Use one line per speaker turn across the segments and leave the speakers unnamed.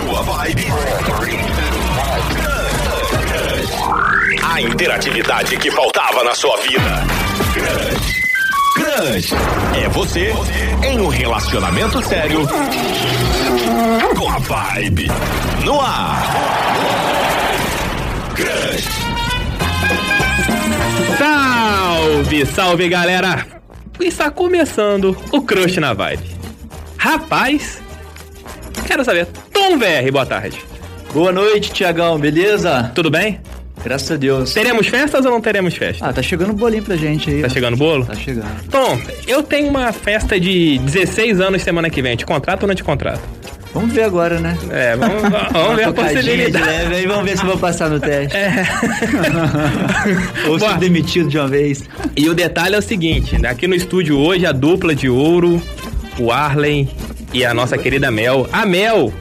sua vibe. A interatividade que faltava na sua vida. Grande é você em um relacionamento sério com a vibe no ar. Grande.
Salve, salve galera! Está começando o Crush na Vibe. Rapaz, quero saber. Tom VR, boa tarde.
Boa noite, Tiagão, beleza?
Tudo bem?
Graças a Deus.
Teremos festas ou não teremos festa?
Ah, tá chegando um bolinho pra gente aí.
Tá chegando bolo?
Tá chegando.
Tom, eu tenho uma festa de 16 anos semana que vem. Te contrato ou não te contrato?
Vamos ver agora, né?
É, vamos, vamos ver
Tocadinha de
a
né?
possibilidade. É.
leve aí, vamos ver se eu vou passar no teste. Ou
Boa.
ser demitido de uma vez.
E o detalhe é o seguinte, né? aqui no estúdio hoje a dupla de ouro, o Arlen e a nossa querida Mel. A Mel!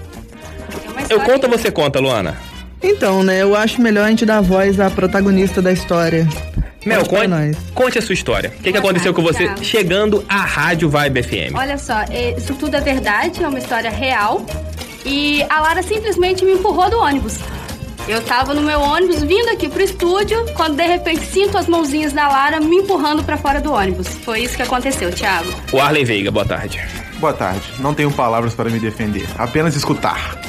É
Eu conto ou você conta, Luana?
Então, né, eu acho melhor a gente dar voz à protagonista da história. é
Mel,
Conte pra
conte,
nós.
conte a sua história. O que, que
Boa
aconteceu com
tarde,
você
Thiago.
chegando à Rádio Vibe FM?
Olha só, eh, isso tudo é verdade, é uma história real. E a Lara simplesmente me empurrou do ônibus. Eu tava no meu ônibus vindo aqui pro estúdio, quando de repente sinto as mãozinhas da Lara me empurrando pra fora do ônibus. Foi isso que aconteceu, Thiago.
O Arlen Veiga, boa tarde.
Boa tarde. Não tenho palavras para me defender, apenas escutar.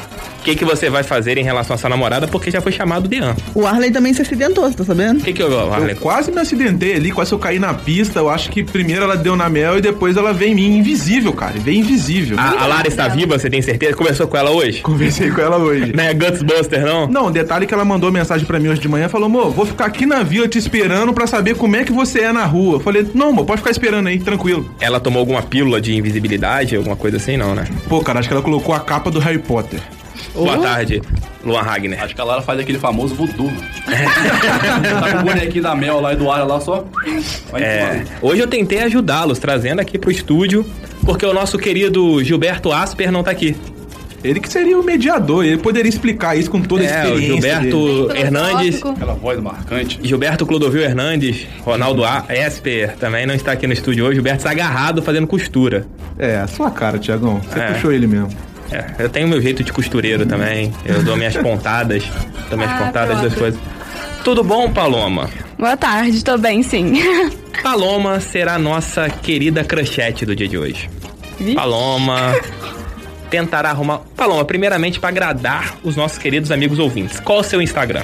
O que, que você vai fazer em relação à sua namorada? Porque já foi chamado Dean.
O Arley também se acidentou, você tá sabendo?
O que, que eu, Arlen?
Eu quase me acidentei ali, quase eu caí na pista. Eu acho que primeiro ela deu na mel e depois ela veio em mim invisível, cara. Veio invisível.
A, a Lara está viva, você tem certeza? Conversou com ela hoje?
Conversei com ela hoje.
Não é Gutsbuster, não?
Não, um detalhe que ela mandou mensagem pra mim hoje de manhã, falou, amor, vou ficar aqui na vila te esperando pra saber como é que você é na rua. Eu falei, não, amor, pode ficar esperando aí, tranquilo.
Ela tomou alguma pílula de invisibilidade, alguma coisa assim, não, né?
Pô, cara, acho que ela colocou a capa do Harry Potter. Hum?
Boa tarde, Luan Ragner.
Acho que a Lara faz aquele famoso voodoo, mano. tá com o bonequinho da Mel lá e do Ara lá só. Vai
É,
embora.
hoje eu tentei ajudá-los, trazendo aqui pro estúdio, porque o nosso querido Gilberto Asper não tá aqui.
Ele que seria o mediador, ele poderia explicar isso com toda a
É, o
experiência dele.
Gilberto
Bem
Hernandes.
filosófico.
Aquela voz marcante.
Gilberto Clodovil Hernandes, Ronaldo A. Esper também não está aqui no estúdio hoje. Gilberto está agarrado fazendo costura.
É, a sua cara, Tiagão. Você
É.
puxou ele mesmo.
É, eu tenho meu jeito de costureiro também. Eu dou minhas pontadas. Dou minhas
Ah,
pontadas das
pronto.
coisas. Tudo bom, Paloma?
Boa tarde, tô bem sim.
Paloma será a nossa querida crushete do dia de hoje.
Vixe.
Paloma tentará arrumar. Paloma, primeiramente, para agradar os nossos queridos amigos ouvintes, qual o seu Instagram?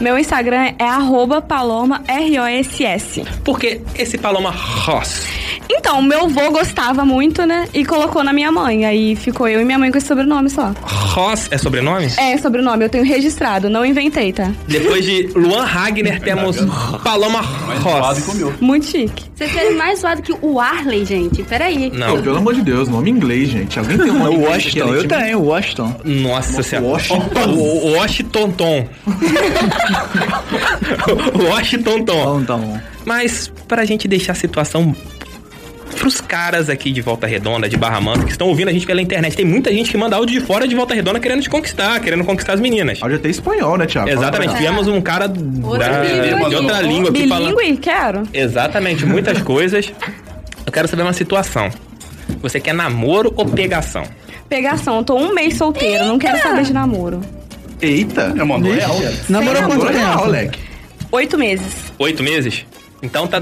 Meu Instagram é arroba paloma ROSS.
Porque esse Paloma Ross.
Então, meu avô gostava muito, né? E colocou na minha mãe. Aí ficou eu e minha mãe com esse sobrenome só.
Ross é sobrenome?
É, sobrenome, eu tenho registrado, não inventei, tá?
Depois de Luan Ragner, temos Paloma
Mas quase
Ross.
comeu.
Muito chique.
Vocês querem mais zoado que o Arley, gente? Peraí.
Pô,
Não,
pelo amor de Deus, nome inglês, gente. Alguém tem um nome
O
inglês
Washington,
diferente?
eu
né?
tenho, o Washington.
nossa senhora.
Washington.
O- o Washington Tom. O Washington Tom.
Então, então.
Mas, pra gente deixar a situação pros caras aqui de Volta Redonda, de Barra Mansa, que estão ouvindo a gente pela internet, tem muita gente que manda áudio de fora de Volta Redonda querendo te conquistar, querendo conquistar as meninas.
Áudio até espanhol, né, Tiago?
Exatamente, tivemos um cara da-
bilíngue
de
aqui.
outra língua aqui falando.
Bilingue, quero.
Exatamente, muitas coisas. Eu quero saber uma situação. Você quer namoro ou pegação?
Pegação, eu tô um mês solteiro, não quero saber de namoro.
Eita!
É uma real.
Namorou quanto
Agora é
tempo?
Alec.
Oito meses.
Oito meses? Então tá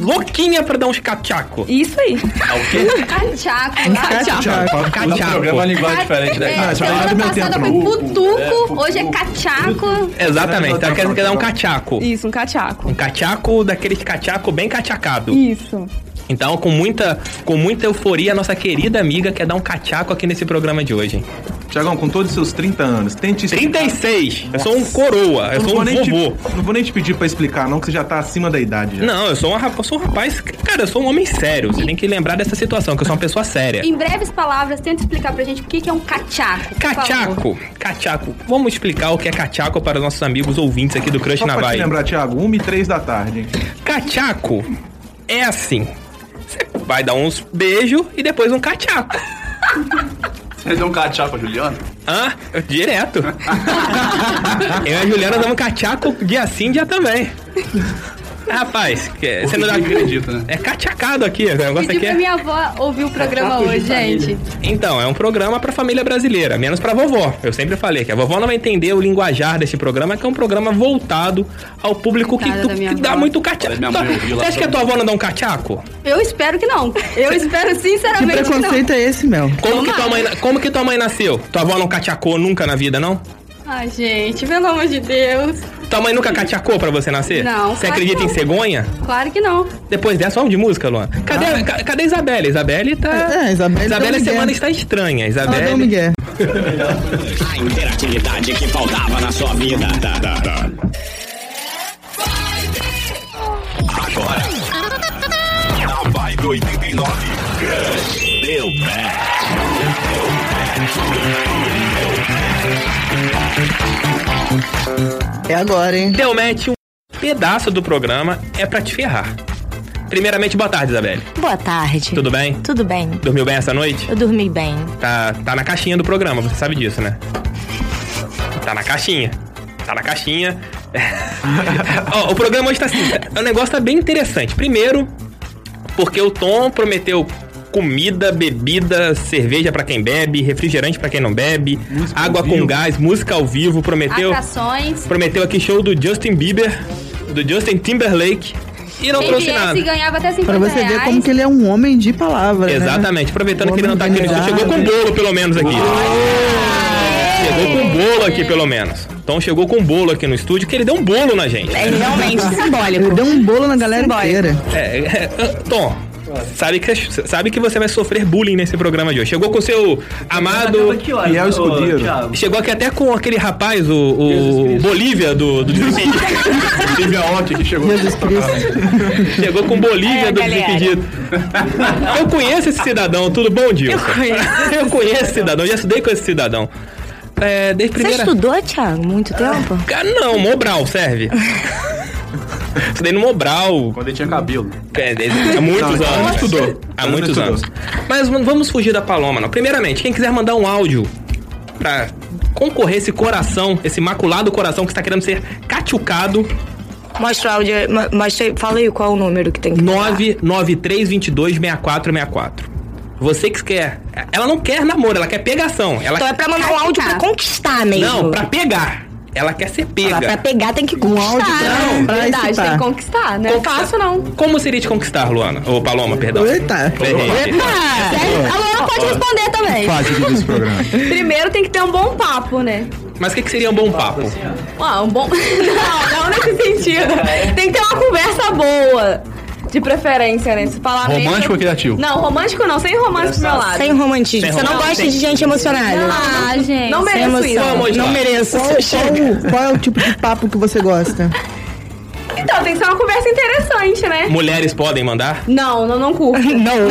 louquinha pra dar uns cachaco. Tá
Isso aí.
Cachaco.
é Tiago,
O Ah, programa é uma
Cachaco.
linguagem diferente daí.
É,
Ah, isso aí é
semana
do meu
passada
tempo,
foi
não.
putuco,
É, putuco.
hoje é cachaco.
Exatamente, então quer quer dar um cachaco.
Isso, um cachaco.
Um cachaco daquele cachaco bem cachacado.
Isso.
Então, com muita, com muita euforia, a nossa querida amiga quer dar um cachaco aqui nesse programa de hoje. hein?
Tiagão, com todos os seus 30 anos, tente explicar.
36! Eu sou um coroa, eu
não
sou
vou
um
nem te-
vovô.
não vou nem te pedir pra explicar, não, que você já tá acima da idade. Já.
Não, eu sou, um rapaz, eu sou um rapaz. Cara, eu sou um homem sério. Você tem que lembrar dessa situação, que eu sou uma pessoa séria.
Em breves palavras, tenta explicar pra gente o que que é um cachaco. por favor.
Cachaco, cachaco. Vamos explicar o que é cachaco para os nossos amigos ouvintes aqui do Crush
Só
na
pra te
Vibe.
lembrar, Tiago, 1 e 3 da tarde, hein?
Cachaco é assim. Você vai dar uns beijos e depois um cachaco.
Você deu um cachaco pra Juliana?
Hã? Eu- Direto. Eu e a Juliana damos cachaco dia sim, dia também. Rapaz, que- você não dá
Não acredito, né?
É cateacado aqui, o negócio
Pedi
aqui
pra
é...
minha avó ouvir o programa
Papo de
hoje,
família.
gente.
Então, é um programa pra família brasileira, menos pra vovó. Eu sempre falei que a vovó não vai entender o linguajar desse programa, que é um programa voltado ao público que,
Coitada
tu-
da minha
que dá
avó.
muito cachaco.
Olha, minha mãe ouviu
Você
lá
acha que a tua avó não dá um cachaco?
Eu espero que não. Eu espero
Que
sinceramente que não.
preconceito é esse, Mel?
Como que, tua mãe, na- como que tua mãe nasceu? Tua avó não cateacou nunca na vida, não?
Ai, Ah, gente, pelo amor de Deus.
Tua mãe nunca cateacou pra você nascer?
Não,
Você
claro
acredita
que
em
não.
cegonha?
Claro que não.
Depois dessa, vamos de música, Luan. Cadê, a- ca- cadê a Isabelle? Isabelle tá...
É, a
Isabelle
Isabelle deu
essa
migué.
semana está estranha.
Ela deu um
Isabelle...
migué.
A interatividade que faltava na sua vida. Agora. Na Vibe 89. Grande Deu pé.
É agora, hein?
Deu match, um pedaço do programa é pra te ferrar. Primeiramente, boa tarde, Isabelle.
Boa tarde.
Tudo bem?
Tudo bem.
Dormiu bem essa noite?
Eu dormi bem.
Tá, tá na caixinha do programa, você sabe disso, né? Tá na caixinha. Tá na caixinha. Ó, o programa hoje tá assim. tá- O negócio tá bem interessante. Primeiro, porque o Tom prometeu comida, bebida, cerveja pra quem bebe, refrigerante pra quem não bebe, água com gás, música ao vivo, prometeu.
Ah, tá. Atrações.
Prometeu aqui show do Justin Bieber, do Justin Timberlake e não
Quem
trouxe
viesse
nada.
ganhava até 50
Pra você
reais.
ver como que ele é um homem de palavra. né?
Exatamente, aproveitando que ele não tá aqui, ele
Homem
chegou com bolo pelo menos aqui. Chegou com bolo aqui pelo menos. Então chegou com bolo aqui no estúdio que ele deu um bolo na gente.
É realmente
Ele
simbólico.
deu um bolo na galera
Simbólico.
inteira.
É, é, Tom, sabe que sabe que você vai sofrer bullying nesse programa de hoje. Chegou com seu amado
E é o escudeiro.
Chegou aqui até com aquele rapaz, o, o Bolívia do, do Desimpedido.
é
Olivia Ott que chegou.
Jesus Cristo.
Chegou com Bolívia
É,
do
galera.
Desimpedido. Eu conheço esse cidadão, tudo bom, Dilson? Eu conheço. esse cidadão, já estudei com esse cidadão. É, desde
Você
primeira...
estudou, Thiago, muito tempo?
Cara, não, Mobral serve. Estudei no Mobral
Quando ele tinha cabelo.
é, desde- há muitos
então
anos.
não estudou.
Há
Então
muitos
não
anos.
estudou.
Mas não vamos fugir da Paloma, não. Primeiramente, quem quiser mandar um áudio pra concorrer esse coração, esse maculado coração que está querendo ser catiucado,
Mostra o áudio. ma- Mostra, fala aí
é
qual o número que tem que mandar.
993226464. Você que quer. Ela não quer namoro, ela quer pegação. Ela
Então é pra mandar um áudio pra conquistar mesmo.
Não, pra pegar. Ela quer ser
Pra-
pega.
pra pegar tem que conquistar.
pra-
né?
pra
Verdade, tem
excitar.
que conquistar, né?
Conquistar.
Fácil não.
Como seria te conquistar, Luana? Ou Paloma, perdão.
Eita.
Ferrei.
Ah,
É A Luana pode responder também.
Fácil de desse programa.
Primeiro tem que ter um bom papo, né?
Mas o que, que seria um bom papo?
Ah, um bom. não, não nesse sentido. Tem que ter uma conversa boa. De preferência, né? Se falar
Romântico ou criativo?
Não, romântico não, sem romance pro meu lado.
Sem romantismo.
Sem
Você não
romantismo.
gosta de gente emocionada.
Ah, gente.
Não
Sem
mereço isso.
emoção.
Vamos lá.
Não mereço.
Qual, qual- qual é o tipo de papo que você gosta?
Então, tem que ser uma conversa interessante, né?
Mulheres podem mandar?
Não, não, não curto.
Não.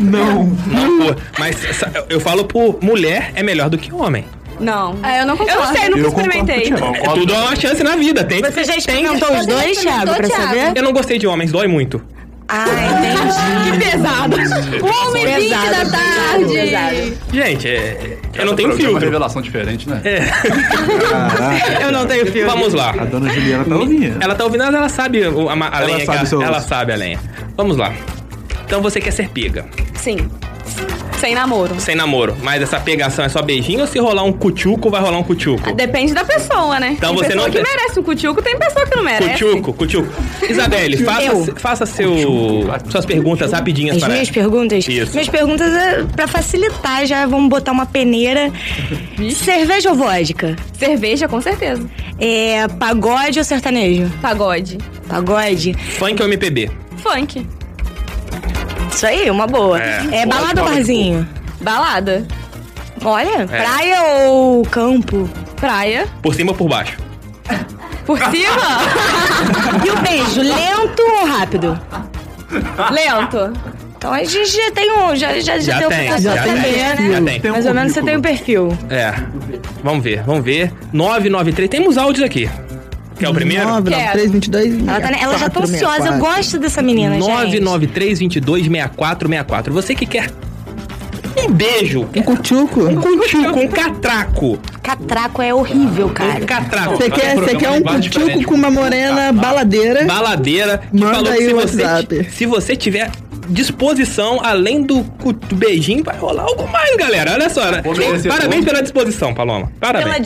Não, pô. Mas sa- eu falo por mulher é melhor do que homem.
Não.
Ah, eu não
Eu
concordo.
não sei, nunca
Eu concordo
experimentei.
com o Thiago.
É tudo é uma chance na vida. Tem,
Você já
tem.
experimentou então os dois, Thiago, pra
Thiago.
saber?
Eu não gostei de homens, dói muito.
Ah, entendi.
Que pesado.
Uma e vinte
Pesado,
da
pesado,
tarde.
Gente, é- eu não tenho
Programa, Uma
filtro.
revelação diferente, né?
Eu não tenho filho.
Vamos lá.
A dona Juliana tá ouvindo.
Ela tá ouvindo, mas ela sabe o- a, ma- a
Ela
lenha. que
sabe
Ela,
seu-
ela sabe a lenha. Vamos lá. Então você quer ser pega,
Sim. Sem namoro.
sem namoro, mas essa pegação é só beijinho ou se rolar um cuchuco, vai rolar um cuchuco?
Depende da pessoa, né?
Então
tem
você
pessoa
não-
que merece um cutiuco, tem pessoa que não merece.
Cuchuco, cuchuco. Isabelle, faça, faça seu, suas perguntas rapidinhas
As
para
minhas perguntas?
Isso.
Minhas perguntas é pra facilitar, já vamos botar uma peneira. Cerveja ou vodka?
Cerveja, com certeza.
É pagode ou sertanejo?
Pagode.
Pagode?
Funk ou MPB?
Funk.
Isso aí, uma boa.
É.
É, balada ou barzinho?
Balada.
É.
Olha, praia ou campo?
Praia.
Por cima ou por baixo?
Por cima.
E o beijo, lento ou rápido?
Lento.
Então a gente já tem um, já, já, já, deu pra
já tem,
saber, né?
já tem.
Mais ou menos você tem um perfil.
É. Vamos ver, vamos ver. 993, temos áudios aqui. Quer o primeiro?
9, 9, 3, 22,
Ela, tá, ela já tá
4,
ansiosa, eu
64.
gosto dessa menina, gente.
993 22 6464. Você que quer Um beijo.
Um cutuco?
Um cutico, um catraco.
Catraco é horrível,
Um
cara.
catraco.
Você quer, você quer um
vários
cutuco
diferentes.
com uma
Tá,
morena baladeira?
Baladeira. que
Manda aí
se
o
você,
WhatsApp.
se você tiver disposição, além do, cu- do beijinho, vai rolar algo mais, galera. Olha só. né?
Vou merecer
Parabéns
tudo.
pela disposição, Paloma. Parabéns.
Pela
Pela,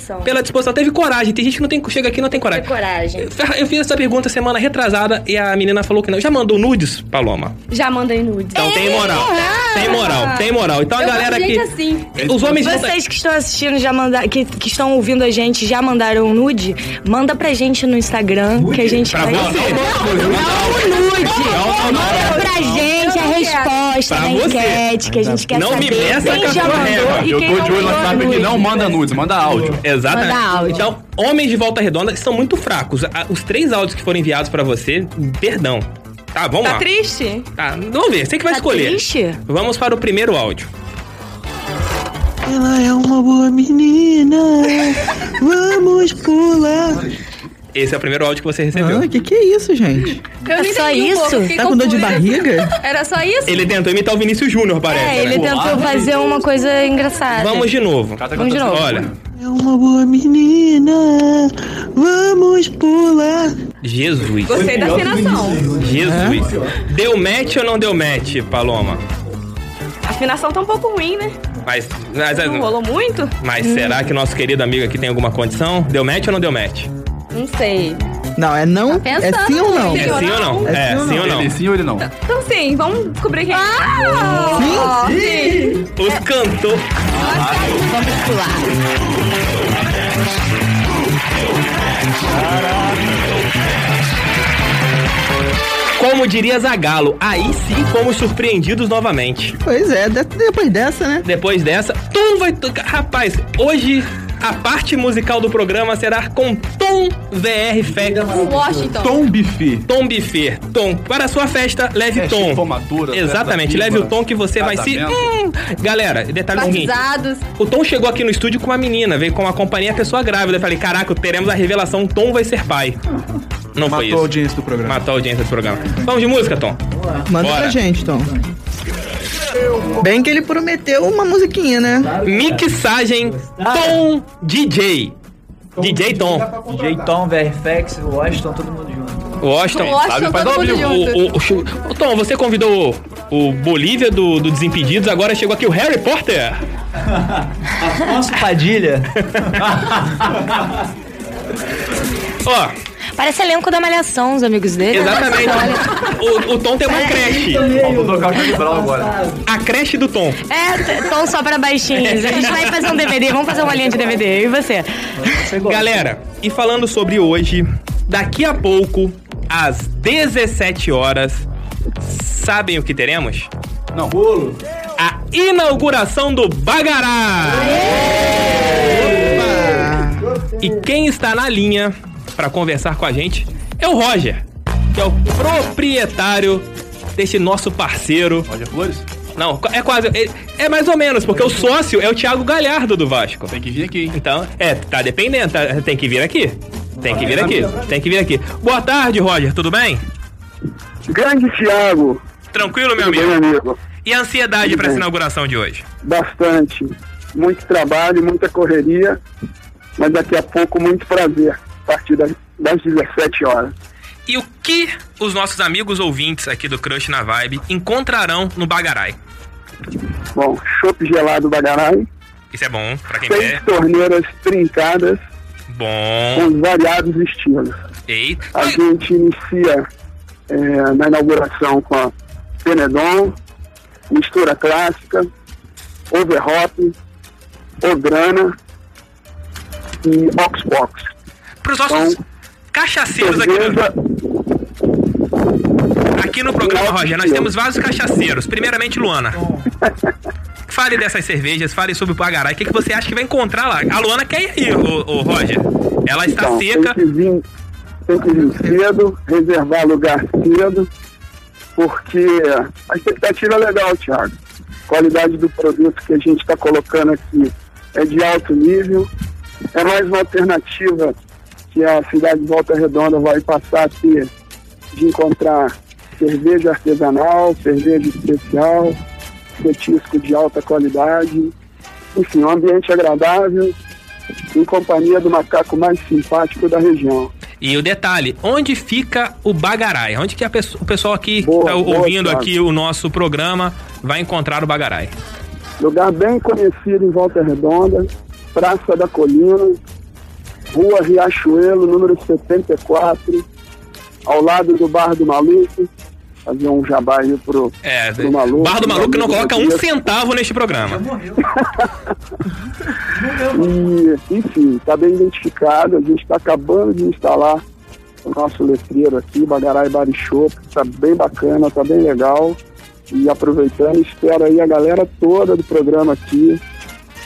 disposição.
disposição. Teve coragem. Tem gente que não tem, chega aqui e não tem coragem.
Ter coragem.
Eu fiz essa pergunta semana retrasada e a menina falou que não. Já mandou nudes, Paloma?
Já mandei nudes.
Então
É,
tem moral. Tem moral, tem moral. Então a
Eu
galera
gosto de
que.
gente
Os homens não
assim.
tá-
Vocês que estão assistindo, já manda... que, que estão ouvindo a gente, já mandaram um nude? Manda pra gente no Instagram, que a gente
Pra
vai...
você.
Não, nude!
Não, não,
Manda pra gente a
não
resposta
Pra
na
você.
enquete, que a gente quer
Não me
saber
meça com a
quem já
sua
mandou
régua.
e
Eu
quem
tô de olho no
mandou
WhatsApp aqui,
nude.
não manda nudes, manda áudio.
Exatamente.
Manda áudio.
Então, homens de volta redonda são muito fracos. A- Os três áudios que foram enviados pra você, perdão. Tá, vamos
Tá
lá.
triste?
Tá, vamos ver, você que vai
Tá
escolher.
triste?
Vamos para o primeiro áudio.
Ela é uma boa menina. Vamos pular.
Esse é o primeiro áudio que você recebeu.
Ah, que que é isso, gente?
Eu
É
não
só
entendi um pouco,
isso?
fiquei
Tá com dor de
confusa.
barriga?
Era só isso?
Ele tentou imitar o Vinícius Júnior, parece.
É,
né?
ele tentou fazer uma coisa engraçada.
Vamos de novo.
Vamos de novo.
Olha,
É uma boa menina. Vamos pular.
Jesus.
Gostei da afinação.
Jesus. Deu match ou não deu match, Paloma?
A afinação tá um pouco ruim, né?
Mas, mas,
Não rolou muito?
mas será que nosso querido amigo aqui tem alguma condição? Deu match ou não deu match?
Não sei.
Não, é não?
Tá
pensando,
é sim ou não?
É
Deu
sim ou não? É sim ou não?
Ele sim ou ele não?
Então sim, vamos descobrir quem é.
Ah!
Sim?
Os cantor. Como diria Zagalo, aí sim fomos surpreendidos novamente.
Pois é, de- depois dessa, né?
Depois dessa, Tom vai tocar. Rapaz, hoje a parte musical do programa será com Tom VR Facts.
Washington.
Tom Buffet.
Tom Buffet. Tom, para a sua festa, leve
Festa,
Tom.
formatura,
Exatamente,
festa
leve o
viva,
Tom que você vai se. Hum,
casamento.
galera, detalhe seguinte.
Batizados.
O Tom chegou aqui no estúdio com uma menina, veio com uma companhia pessoa grávida. Eu falei, caraca, teremos a revelação, Tom vai ser pai. Não foi
Matou a
isso.
audiência do programa.
Matou a audiência do programa. Vamos de música, Tom?
Manda
Bora.
pra gente, Tom. Bem que ele prometeu uma musiquinha, né?
Mixagem Tom DJ. DJ Tom.
DJ Tom, VRFX, Washington, todo mundo junto.
Washington.
Washington,
sabe, faz
todo
ao
mundo
vivo.
junto.
O, o- o chu- Ô, Tom, você convidou o, o Bolívia do, do Desimpedidos, agora chegou aqui o Harry Potter.
Afonso Padilha.
Ó,
Parece elenco da Malhação, os amigos dele.
exatamente. o, o Tom tem uma creche.
Vamos tocar o Charlie Brown agora.
A creche do Tom.
É, tom só pra baixinhos. A gente vai fazer um DVD, vamos fazer uma linha de DVD. Eu e você?
Galera, e falando sobre hoje, daqui a pouco, às 17 horas, sabem o que teremos?
Não. Bolo.
A inauguração do Bagará! Opa! E quem está na linha para conversar com a gente é o Roger, que é o proprietário deste nosso parceiro.
Roger Flores?
Não, é quase. é- É mais ou menos, porque o sócio é o Thiago Galhardo do Vasco.
Tem que vir aqui, hein?
Então, é, tá dependendo, tá- tem que vir aqui. Tem que vir aqui, tem que vir aqui. Boa tarde, Roger, tudo bem?
Grande Thiago,
Tranquilo, meu
meu
amigo?
amigo,
E a ansiedade pra essa
bem.
inauguração de hoje?
bastante. Muito trabalho, muita correria, mas daqui a pouco muito prazer, a partir das, das 17 horas.
E o que os nossos amigos ouvintes aqui do Crush na Vibe encontrarão no Bagarai?
Bom, chopp gelado Bagarai,
Isso é bom, pra quem
seis
quer.
torneiras trincadas
Bom.
com variados estilos.
Eita.
A gente inicia eh, na inauguração com a Benedon, mistura clássica, overhop, ograna e oxbox.
Pros nossos
Então,
cachaceiros aqui no,
Cerveja
aqui no programa, Roger, nós temos vários cachaceiros. Primeiramente, Luana. Fale dessas cervejas, fale sobre o Bagarai. O que, que você acha que vai encontrar lá? A Luana quer ir aí, ô, ô, Roger. Ela está
Então,
seca.
Tem que, vir, tem que vir cedo, reservar lugar cedo, porque a expectativa é legal, Thiago. A qualidade do produto que a gente está colocando aqui é de alto nível. É mais uma alternativa que a cidade de Volta Redonda vai passar a ter de encontrar cerveja artesanal, cerveja especial, petisco de alta qualidade. Enfim, um ambiente agradável em companhia do macaco mais simpático da região.
E o detalhe, onde fica o Bagarai? Onde que a pesso- o pessoal aqui que
Boa,
tá
boa,
ouvindo
Thiago.
aqui o nosso programa vai encontrar o Bagarai?
Lugar bem conhecido em Volta Redonda, Praça da Colina, Rua Riachuelo, número 74, ao lado do Bar do Maluco. Fazer um jabá aí pro,
É,
pro Maluco.
Barra do Maluco que não
Amigo
coloca
do
um
Dias.
centavo neste programa.
E, enfim, está bem identificado. A gente está acabando de instalar o nosso letreiro aqui, Bagarai Barishop. Está bem bacana, está bem legal. E aproveitando, espero aí a galera toda do programa aqui.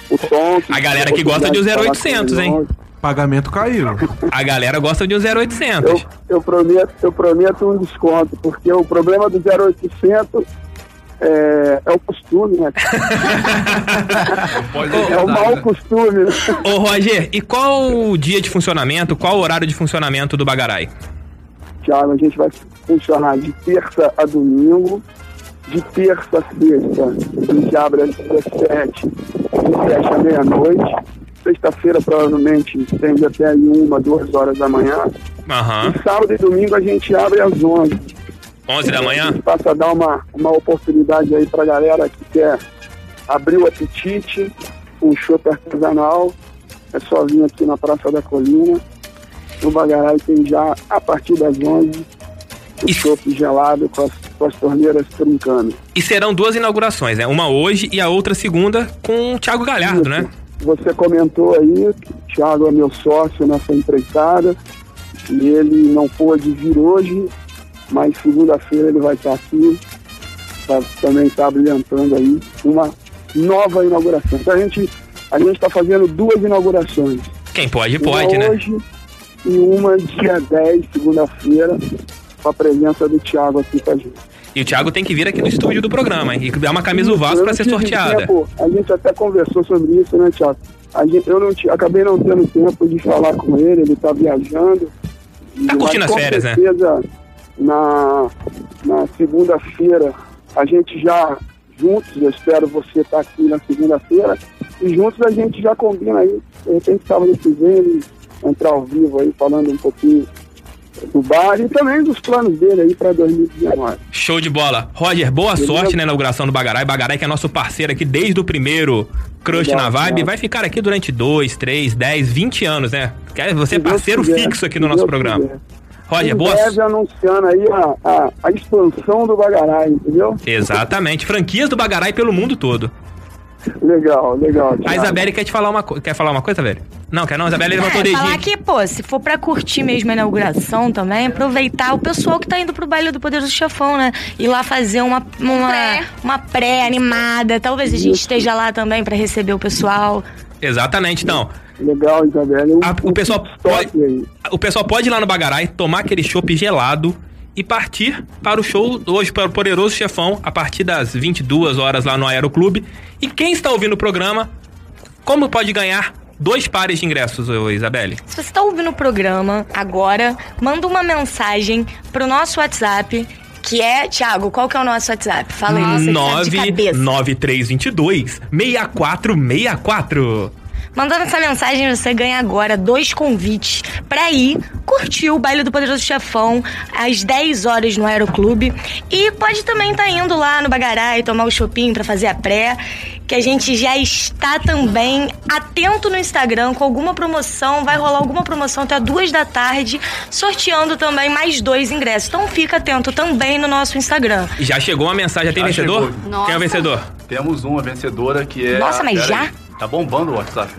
O Tom.
A galera que gosta de um 0800, hein?
Pagamento caiu.
A galera gosta de um 0800.
Eu, eu, prometo, eu prometo um desconto, porque o problema do 0800 é, é o costume, né?
Pode
É o mau costume. né?
Ô, Roger, e qual o dia de funcionamento, qual o horário de funcionamento do Bagarai?
Tiago, a gente vai funcionar de terça a domingo, de terça a sexta, a gente abre às 17 e fecha à meia-noite. Sexta-feira provavelmente estende até aí uma, duas horas da manhã.
Aham.
E sábado e domingo a gente abre às 11.
11 da
A
manhã?
gente passa a dar uma, uma oportunidade aí pra galera que quer abrir o apetite, um chopp artesanal. É só vir aqui na Praça da Colina. No Bagarai tem já, a partir das 11, o chopp gelado com as, com as torneiras trincando.
E serão duas inaugurações, né? Uma hoje e a outra segunda com o Thiago Galhardo, né?
Você comentou aí, o Thiago é meu sócio nessa empreitada, e ele não pôde vir hoje, mas segunda-feira ele vai estar aqui, pra- também está brilhantando aí uma nova inauguração. Então a gente a está fazendo duas inaugurações.
Quem pode, pode,
uma
né?
hoje e uma dia 10, segunda-feira, com a presença do Thiago aqui com a gente.
E o Thiago tem que vir aqui no estúdio do programa, hein? E dar uma camisa do Vasco
Eu
pra
não
ser
tive
sorteada.
tempo, a gente até conversou sobre isso, né, Thiago? A gente, eu não ti- acabei não tendo tempo de falar com ele, ele tá viajando. Mas
curtindo as
com
férias, né?
certeza, Na, na segunda-feira, a gente já, juntos, eu espero você estar aqui na segunda-feira, e juntos a gente já combina aí, de repente sábado que vem ele entrar ao vivo aí, falando um pouquinho do bar e também dos planos dele aí para 2019.
Show de bola. Roger, boa sorte na inauguração do Bagarai. Bagarai, que é nosso parceiro aqui desde o primeiro Crush
Obrigado,
na Vibe,
Thiago.
vai ficar aqui durante 2, 3, 10, 20 anos, né? Quer- Você
Se
é
Deus
parceiro
quiser,
fixo aqui
se
no nosso
Deus
programa.
quiser.
Roger,
em
boa
breve anunciando aí a, a, a expansão do Bagarai, entendeu?
Exatamente. Franquias do Bagarai pelo mundo todo.
Legal, legal.
A
Thiago.
Isabelle quer te falar uma coisa. Quer falar uma coisa, velho? Não, quer não. A Isabelle levantou o
É, falar
dedinho.
que, pô, se for pra curtir mesmo a inauguração também, aproveitar o pessoal que tá indo pro baile do Poderoso Chefão, né? Ir lá fazer uma, uma,
Pré.
uma pré animada. Talvez a gente esteja lá também pra receber o pessoal.
Exatamente, então.
Legal, Isabelle. Um,
A- o pessoal
top aí.
O pessoal pode ir lá no Bagarai, tomar aquele chopp gelado e partir para o show hoje, para o Poderoso Chefão, a partir das 22 horas lá no Aeroclube. E quem está ouvindo o programa, como pode ganhar dois pares de ingressos, ô Isabelle?
Se você tá ouvindo o programa agora, manda uma mensagem pro nosso WhatsApp, que é. Thiago, qual que é o nosso WhatsApp? Fala aí, você que sabe é de cabeça.
99322 6464.
Mandando essa mensagem, você ganha agora dois convites pra ir curtir o baile do Poderoso Chefão às 10 horas no Aeroclube. E pode também estar indo lá no Bagarai tomar o shopping pra fazer a pré. Que a gente já está também atento no Instagram com alguma promoção. Vai rolar alguma promoção até duas da tarde, sorteando também mais dois ingressos. Então fica atento também no nosso Instagram.
Já chegou a mensagem, já tem
Já
vencedor?
chegou.
Nossa.
Quem é o vencedor?
Temos uma vencedora que é.
Nossa, mas
Pera
já?
aí, Tá bombando o WhatsApp.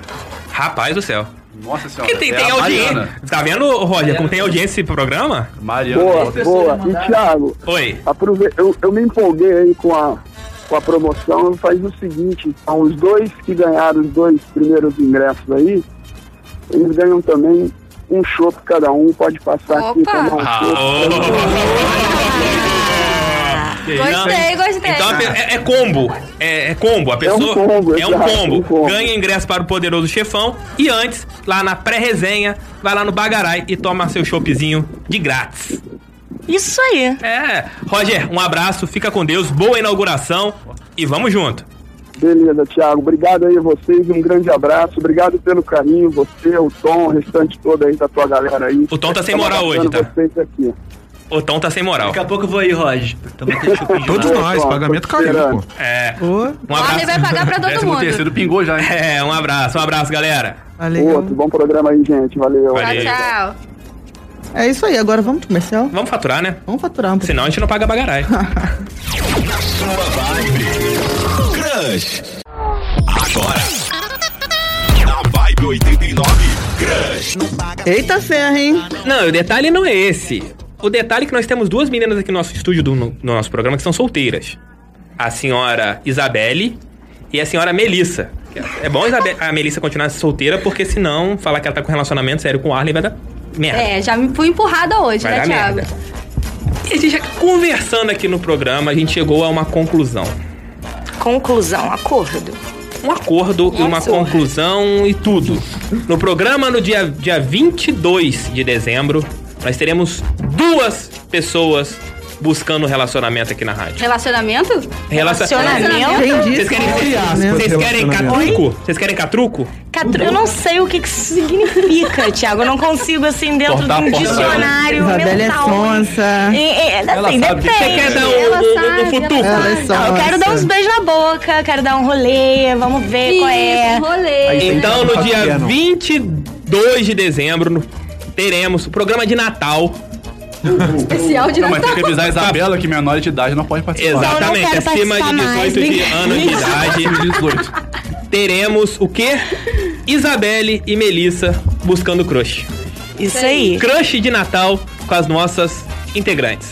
Rapaz do céu.
Nossa senhora.
Porque tem,
é
tem
a
audiência.
Mariana.
Tá vendo, Roger, como tem audiência esse programa?
Mariana.
Boa, boa. E Thiago,
Oi.
aprove... eu, eu me empolguei aí com a, com a promoção. Faz o seguinte: então, os dois que ganharam os dois primeiros ingressos aí, eles ganham também um chopp cada um. Pode passar aqui
Opa!
tomar um
Ah,
chopp.
Que isso,
Gostei, né?
hein?
gostei.
Então a pe- é, é combo. É, é combo. A pessoa.
combo,
é um
exato,
combo.
um combo.
Ganha ingresso para o poderoso chefão. E antes, lá na pré-resenha, vai lá no Bagarai e toma seu choppzinho de grátis.
Isso aí.
É. Roger, um abraço, fica com Deus, boa inauguração. E vamos junto.
Beleza, Thiago. Obrigado aí a vocês, um grande abraço. Obrigado pelo carinho, você, o Tom, o restante todo aí da tua galera aí.
O Tom tá sem moral
abraçando
hoje, tá?
Vocês aqui.
O Tom tá sem moral.
Daqui a pouco eu vou aí, Roger.
Todos nós, pagamento caiu, pô.
É. Um
O homem vai pagar pra todo
Décimo
mundo.
terceiro
pingou já,
É, um abraço, um abraço, galera.
Outro bom programa aí, gente. Valeu.
Tchau, tchau.
É isso aí, agora vamos pro comercial?
Vamos faturar, né?
Vamos faturar um pouco.
Senão a gente não paga bagarai.
Crush. Agora. Na Vibe 89. Crush.
Eita ferro, hein?
Não, o detalhe não é esse. O detalhe é que nós temos duas meninas aqui no nosso estúdio do no, no nosso programa que são solteiras. A senhora Isabelle e a senhora Melissa. Que é- É bom a Isabe- a Melissa continuar solteira, porque senão falar que ela tá com relacionamento sério com o Arley vai dar merda.
É, já me fui empurrada hoje,
Vai
né,
dar
Thiago?
merda. E a gente, já conversando aqui no programa, a gente chegou a uma conclusão.
Conclusão, acordo.
Um acordo e uma conclusão e tudo. No programa, no dia, dia 22 de dezembro, nós teremos duas pessoas buscando relacionamento aqui na rádio.
Relacionamento?
Relacion-
Relacionamento?
Vocês querem,
é
vocês querem catruco? Vocês querem catruco?
Catru- Eu não sei o que, que isso significa, Thiago. Eu não consigo, assim, dentro
Cortar
de um
a porta.
dicionário
Isabela é
mental.
sonsa.
É, é, assim,
sabe.
depende.
Você quer dar um,
Ela
um- um-
sabe,
um
ela
futuco?
sabe.
Ela é
Não, eu
sonsa.
quero dar uns beijos na boca, quero dar um rolê, vamos ver qual é.
Isso, rolê.
Então,
Não
no
faço
dia
ideia, não.
22 de dezembro, no- teremos o programa de Natal.
Especial de
Não, mas tem que
Natal.
avisar a Isabela que menor de idade não pode participar.
Exatamente,
Então, quero
acima de
participar
18
mais,
de
obrigada.
anos de idade.
Acima de 18.
Teremos o quê? Isabelle e Melissa buscando crush.
Isso aí.
Crush de Natal com as nossas integrantes.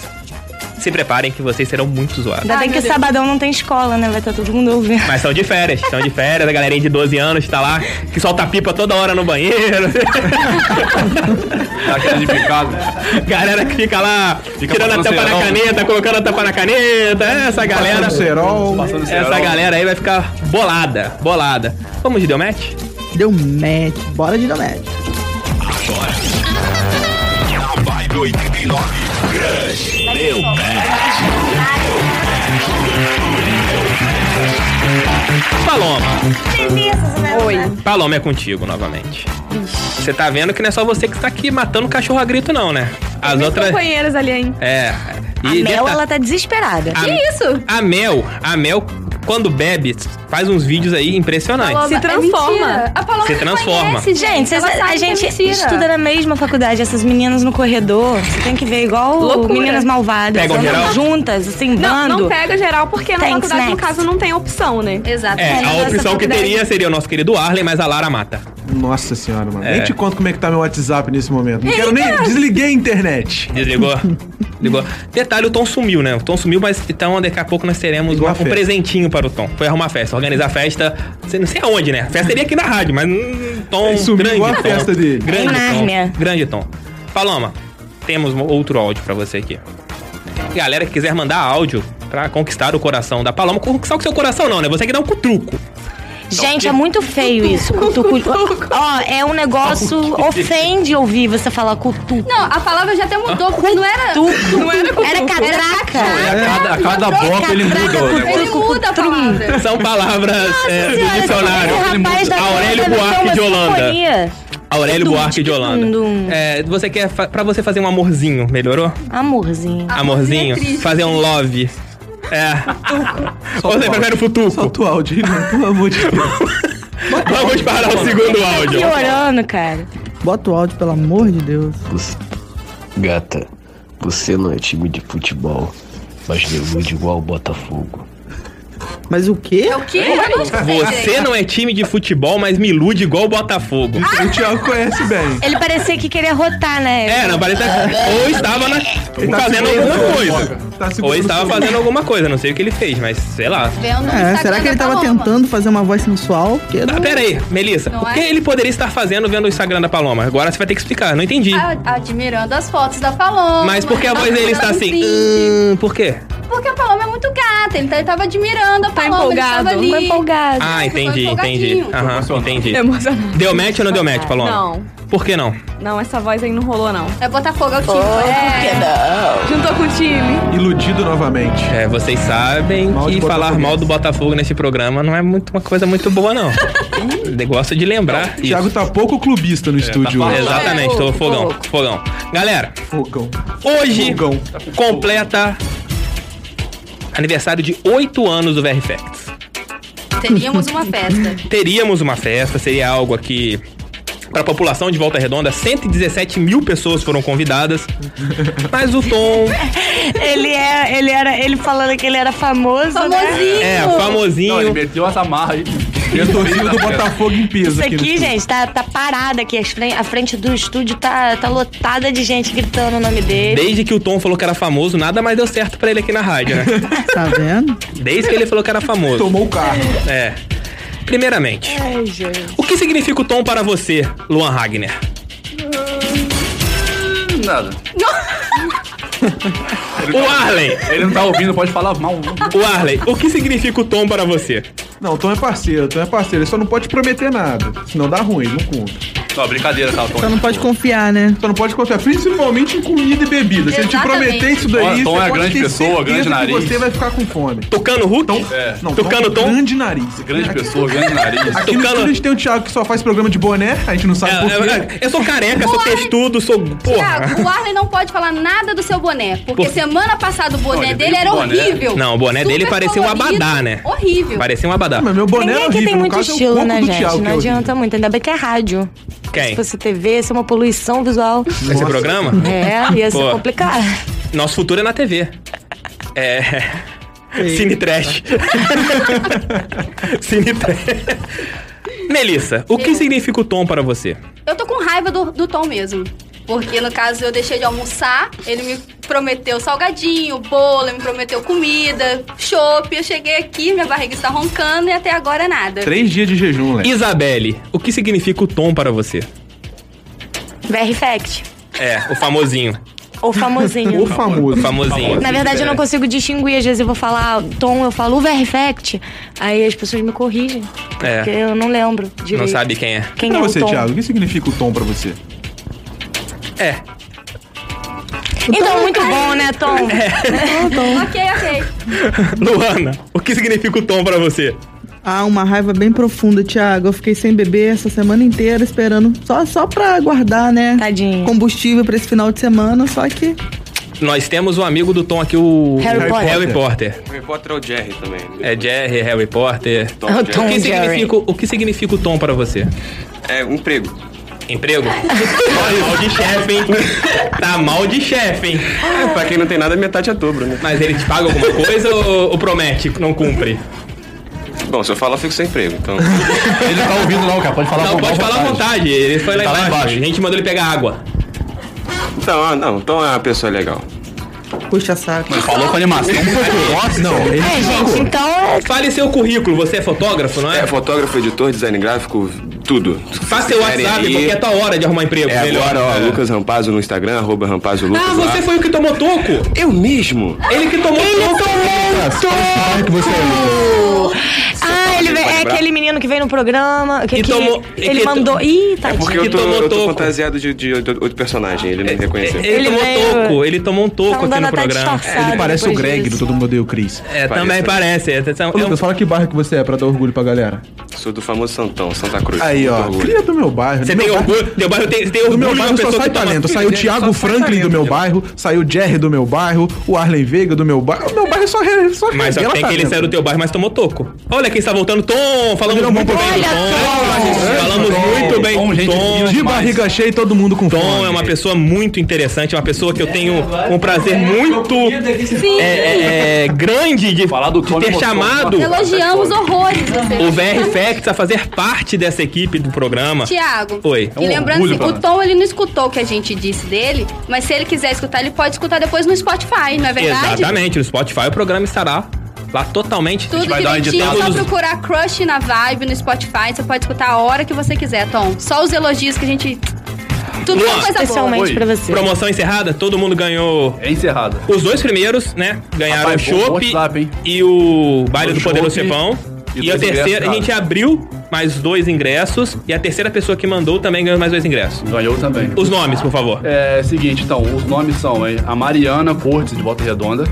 Se preparem que vocês serão muito zoados.
Ainda
Ah,
bem que
meu Deus.
sabadão não tem escola, né? Vai estar todo mundo ouvindo.
Mas são de férias, são de férias, a galerinha de 12 anos tá lá, que solta pipa toda hora no banheiro.
Tá classificado.
galera que fica lá tirando a
passando
tampa na
cerol.
caneta, colocando a tampa na caneta. Essa galera.
Passando cerol.
Passando cerol.
Essa galera aí vai ficar bolada, bolada. Vamos de Delmatch?
Deu match, bora de dar match.
Na Vibe 89. Crush. Meu pé.
Paloma.
Oi.
Paloma é contigo novamente. Você tá vendo que não é só você que tá aqui matando cachorro a grito, não, né? As
Minhas
outras.
companheiras ali, hein?
É.
A
E
Mel,
deta-
ela tá desesperada.
a,
Que isso?
a Mel, a Mel, quando bebe, faz uns vídeos aí impressionantes.
Se
É
transforma.
mentira. a Paloma
Se
me
transforma.
conhece,
Gente,
Ela
cês-
sabe
a
que é
gente
mentira.
estuda na mesma faculdade, essas meninas no corredor, você tem que ver igual
Loucura.
meninas malvadas,
Pegam
andam
geral?
juntas, assim,
Não,
bando.
não pega geral, porque na
Tem
faculdade, no
snacks.
caso, não tem opção, né?
Exato.
É,
Ela
a
gosta
opção que
faculdade.
teria seria o nosso querido Arlen, mas a Lara mata.
Nossa senhora, mano.
É.
Nem te conto como é que tá meu WhatsApp nesse momento. Não quero nem. Desliguei a internet.
Desligou? Ligou. Detalhe, o Tom sumiu, né? O Tom sumiu, mas então daqui a pouco nós teremos um,
Igual a
um
festa.
presentinho para o Tom. Foi arrumar festa, organizar festa. não sei- Não sei aonde, né? A festa seria aqui na rádio, mas hum, Tom.
Ele sumiu
grande
igual a
Tom.
festa dele.
Grande
Em Nárnia.
Tom. Grande Tom. Paloma, temos um outro áudio para você aqui. Galera que quiser mandar áudio para conquistar o coração da Paloma, conquistar o seu coração não, né? Você que dá um cutuco.
Gente, é muito feio isso. Cutucu. Ó, é um negócio. Ofende ouvir você falar cutucu.
Não, a palavra já até mudou, porque não era...
Não era Era catraca.
É,
A cada, a cada bloco ele muda o negócio.
Ele muda a palavra.
né? São palavras é, do
Senhora,
dicionário.
esse rapaz da
Aurélio
Câmara
Buarque
tem uma
de Holanda.
sinfonia.
Aurélio
Dum,
Buarque de
dum,
Holanda.
dum.
É, você quer fa- pra você fazer um amorzinho, melhorou?
Amorzinho.
Amorzinho é
Amorzinho,
triste.
fazer um love. É. Ou você prefere o
Só
futuco?
tu áudio, irmão, pelo amor de Deus.
Vamos parar o segundo áudio.
Piorando, cara.
Bota o áudio, pelo amor de Deus.
Gata, você não é time de futebol, mas delude igual o Botafogo.
Mas o quê?
É o quê? Eu não sei,
Você não é time de futebol, mas me ilude igual o Botafogo.
O Thiago conhece bem.
Ele parecia que queria rotar, né?
É, não parece. Ou estava na- fazendo alguma coisa.
Tá segurando
Ou estava
o seu-
fazendo alguma coisa, não sei o que ele fez, mas sei lá.
Vendo o
É,
Instagram
será que ele
da
tava
Paloma.
tentando fazer uma voz sensual? Porque
Ah,
não-
pera aí, Melissa.
Não
o que
é?
ele poderia estar fazendo vendo o Instagram da Paloma? Agora você vai ter que explicar, não entendi.
A- Admirando as fotos da Paloma.
mas por que a voz dele está assim? Hum, por quê?
Porque a Paloma é muito gata, ele, tá, ele tava admirando a
Tá
Paloma, ele
empolgado.
tava ali.
Tá empolgado.
Ah, entendi, entendi.
empolgadinho.
Aham, entendi.
Emocionado.
Deu match ou não deu match, Paloma?
É Não.
Por que não?
Não, essa voz aí não rolou, não.
É Botafogo, é o time. é.
Por que não? Juntou com o time.
Iludido novamente.
É, vocês sabem
Mal de
que falar
Botafogo.
mal do Botafogo nesse programa não é muito, uma coisa muito boa, não. Eu Gosto de lembrar.
O Thiago né? tá pouco clubista no estúdio
Tá
hoje.
Exatamente, tô fogão, fogão. Galera,
Fogão.
hoje completa aniversário de 8 anos do VR Facts.
Teríamos uma festa.
Teríamos uma festa, seria algo aqui para a população de Volta Redonda. 117 mil pessoas foram convidadas, mas o Tom
Ele é, ele era, ele falando que ele era famoso, né? Famosinho.
é famosinho.
Não, ele meteu essa marra aí.
E a torcida do Botafogo em peso
Isso
aqui. no
aqui,
estúdio.
gente, tá, tá parada aqui. as fren- A frente do estúdio tá, tá lotada de gente gritando o nome dele.
Desde que o Tom falou que era famoso, nada mais deu certo pra ele aqui na rádio, né?
Tá vendo?
Desde que ele falou que era famoso.
Tomou o carro.
É. Primeiramente,
Ai, gente.
o que significa o Tom para você, Luan Ragner?
Nada.
O Arley!
Ele não tá ouvindo, pode falar mal.
O Arley, o que significa o Tom para você?
Não, o Tom é parceiro, o Tom é parceiro. Ele só não pode prometer nada. Senão dá ruim, ele não conta.
Não, brincadeira, tá, Tom.
Só não pode confiar, né?
Só não pode confiar, principalmente em comida e bebida. Se ele te
Exatamente.
prometer isso daí,
Ó, Tom
você
é
pode
grande
ter
pessoa,
certeza
grande
que
nariz.
Você vai ficar com fome.
Tucano Hulk?
É.
Não,
Tucano Tom?
Grande nariz.
Grande
aqui,
pessoa, grande nariz. É,
Aqui no
Tucano-
estúdio a gente tem o Thiago que só faz programa de boné, a gente não sabe por
Eu, eu-
quê.
É, eu sou careca, sou
Arley-
textudo, sou. Porra.
Tiago, o Arley não pode falar nada do seu boné, porque
Por-
semana passada o boné
Olha,
dele
bem
era
do boné.
horrível.
Não, o boné
Super
dele parecia um
colorido,
abadá, né?
Horrível.
Parecia um abadá.
Mas meu boné
Ninguém
é
aqui
horrível,
tem
no
muito
caso é o
estilo,
corpo
né,
do
gente?
Thiago que é
não
horrível.
adianta muito. Ainda bem que é rádio.
Quem?
Se fosse TV, ia ser uma poluição visual.
Esse programa?
É, ia
Pô.
ser complicado.
Nosso futuro é na TV. É. Cine Trash. Cine Trash. Melissa, o que significa o tom para você?
Eu tô com raiva do, do Tom mesmo. Porque, no caso, eu deixei de almoçar, ele me prometeu salgadinho, bolo, ele me prometeu comida, chopp. Eu cheguei aqui, minha barriga está roncando e até agora é nada.
Três dias de jejum, né? Léo.
Isabelle, o que significa o tom para você?
VR Fact.
É, o famosinho.
Ou
O
famosinho.
O
famoso.
famosinho. É.
Na verdade, eu não consigo distinguir. Às vezes eu vou falar Tom, eu falo VR Fact. Aí as pessoas me corrigem.
É.
Porque eu não lembro direito.
Não sabe quem é.
Quem
E
é
você,
o Tom.
Thiago? O que significa o tom pra você?
É.
Então, muito bom, né, Tom?
É.
Ok, ok.
Luana, o que significa o tom para você?
Ah, uma raiva bem profunda, Thiago. Eu fiquei sem beber essa semana inteira, esperando só, só pra guardar, né?
Tadinho.
Combustível pra esse final de semana, só que.
Nós temos um amigo do Tom aqui, o
Harry Potter.
Harry Potter.
Harry Potter é o Jerry também. né?
É Jerry, Harry Potter.
Tom,
É o
Jerry.
O
Tom
que,
Jerry.
significa, o que significa o tom para você?
É um emprego.
Emprego? Olha, mal de chefe, hein? Tá mal de chefe, hein?
É, pra quem não tem nada, metade é dobro, né?
Mas ele te paga alguma coisa ou, ou promete que não cumpre?
Bom, se eu falar, eu fico sem emprego, então...
Ele não tá ouvindo, não, cara. Pode falar
Não,
mal,
pode falar à vontade. Ele foi lá,
Tá lá
embaixo.
embaixo.
A gente mandou ele pegar água.
Então, ah, não. Então é uma pessoa legal.
Puxa saco.
Falou com animação.
Não, ele
É, gente, então é
Fale seu currículo. Você é fotógrafo, não é?
É fotógrafo, editor, design gráfico, tudo.
Faça seu
Querem
WhatsApp,
aí.
porque é tua hora de arrumar emprego.
É
melhor.
agora, ó, Lucas Rampazzo no Instagram, arroba Rampazzo Lucas
Ah,
lá.
você foi o que tomou toco?
Eu mesmo?
Ele que tomou toco.
que você é.
Ah, ele veio- é
lembrar?
aquele menino que veio no programa. Que,
E
que
tomou- e
ele
que-
mandou. Ih,
É porque
tadinho.
eu tô,
tomou
eu tô
toco.
fantasiado de, de outro personagem, ele não me reconheceu.
Ele, tomou
veio-
toco. Ele tomou um
Tá
toco aqui
andando
no
até
programa.
disfarçado.
Ele parece o
depois
Greg do
disso.
Todo Mundo Odeia o Chris.
É,
Parece.
também parece. É, é,
Ô,
é um-
Lucas, fala que bairro que você é pra dar orgulho pra galera.
Sou do famoso Santão, Santa Cruz.
Aí,
muito
ó.
orgulho.
Cria do meu bairro.
Você
Do
tem
meu bairro-
orgulho? Teu bairro tem, você tem
Do
orgulho
meu
de uma
bairro só
pessoa
sai
que tá toma-
talento. Saiu o Thiago Franklin do meu bairro, saiu o Jerry do meu bairro, o Arlen Veiga do meu bairro. O meu bairro é só, re, só
Mas
revela
até que ele
talento.
saiu do teu bairro, mas tomou toco. Olha quem está voltando. Tom, falamos
Olha,
muito bem do
Tom.
Tom.
um Olha,
um Falamos
Tom.
muito bem
Tom,
do
gente
Tom.
fina
De barriga cheia e todo mundo com
Tom
fome.
é uma pessoa muito interessante, uma pessoa que eu tenho um prazer muito é, é, é, grande de,
Falar do Tom
de ter
emocionou.
chamado
né,
Elogiamos horrores você.
Uhum.
o VR Facts a fazer parte dessa equipe do programa.
Tiago.
Oi.
É um
E lembrando
orgulho
assim,
pra
o
nós.
Tom ele não escutou o que a gente disse dele, mas se ele quiser escutar, ele pode escutar depois no Spotify, não é verdade?
Exatamente, no Spotify o programa estará lá totalmente.
Tudo
vai dar uma
direitinho, é
editada
só
nos-
procurar Crush na Vibe no Spotify, você pode escutar a hora que você quiser, Tom. Só os elogios que a gente... Tudo
Luan,
são coisa boa.
Especialmente
Oi.
pra você.
Promoção encerrada, todo mundo ganhou.
É encerrado.
Os dois primeiros, né? Ganharam
Rapaz,
o
bom
chopp
WhatsApp, hein?
e o baile
O
do Poderoso
chopp.
Chefão. E, a terceira, a gente abriu mais dois ingressos. E a terceira pessoa que mandou também ganhou mais dois ingressos.
Ganhou também.
Os nomes, por favor.
É seguinte, então, os nomes são hein, a Mariana Cortes, de Volta Redonda.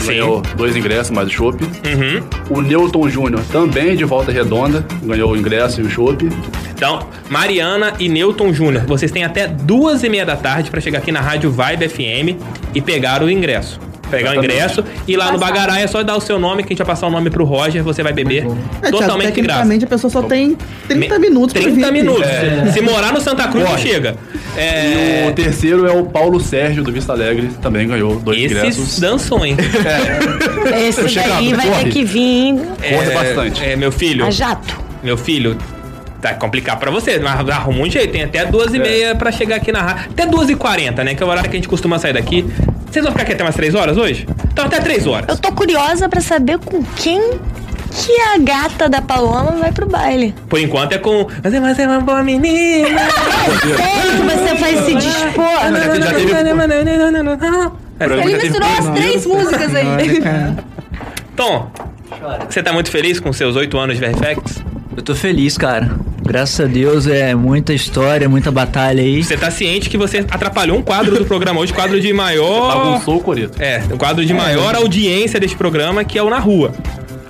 que Ganhou dois ingressos, mais o chopp.
Uhum.
O Newton Júnior, também de Volta Redonda, ganhou o ingresso e o chopp.
Então, Mariana e Newton Júnior, vocês têm até duas e meia da tarde pra chegar aqui na Rádio Vibe FM e pegar o ingresso. Pegar o
Exatamente.
ingresso e lá no Bagarai é só dar o seu nome, que a gente vai passar o nome pro Roger, você vai
Tá
beber
É, Thiago,
totalmente de graça.
tecnicamente a pessoa só tem 30 minutos pra
30
vir.
minutos.
É.
Se morar no Santa Cruz, não
Corre.
chega.
E o terceiro é o Paulo Sérgio, do Vista Alegre, também ganhou dois ingressos.
Esses dançam, hein?
Esse
Ô, Chicão,
daí vai
corre.
ter que vir
Corre bastante.
É, meu filho.
a jato.
Meu filho, tá complicado pra você, mas arruma um jeito. Tem até duas e meia pra chegar aqui na rádio. Até duas e quarenta, né? Que é o horário que a gente costuma sair daqui. Vocês vão ficar aqui até mais três horas hoje? Então até três horas.
Eu tô curiosa pra saber com quem que a gata da Paloma vai pro baile.
Por enquanto é com... Mas é, mas é uma boa menina.
Sério é que você vai se dispor?
Mas você já teve- É,
Ele misturou as três músicas aí.
É.
Tom, você tá muito feliz com seus oito anos de VFX?
Eu tô feliz, cara. Graças a Deus é muita história, muita batalha aí.
Você tá ciente que você atrapalhou um quadro do programa hoje, quadro de maior...
Bagunçou o Coreto.
É, o quadro de maior audiência deste programa, que é o Na Rua.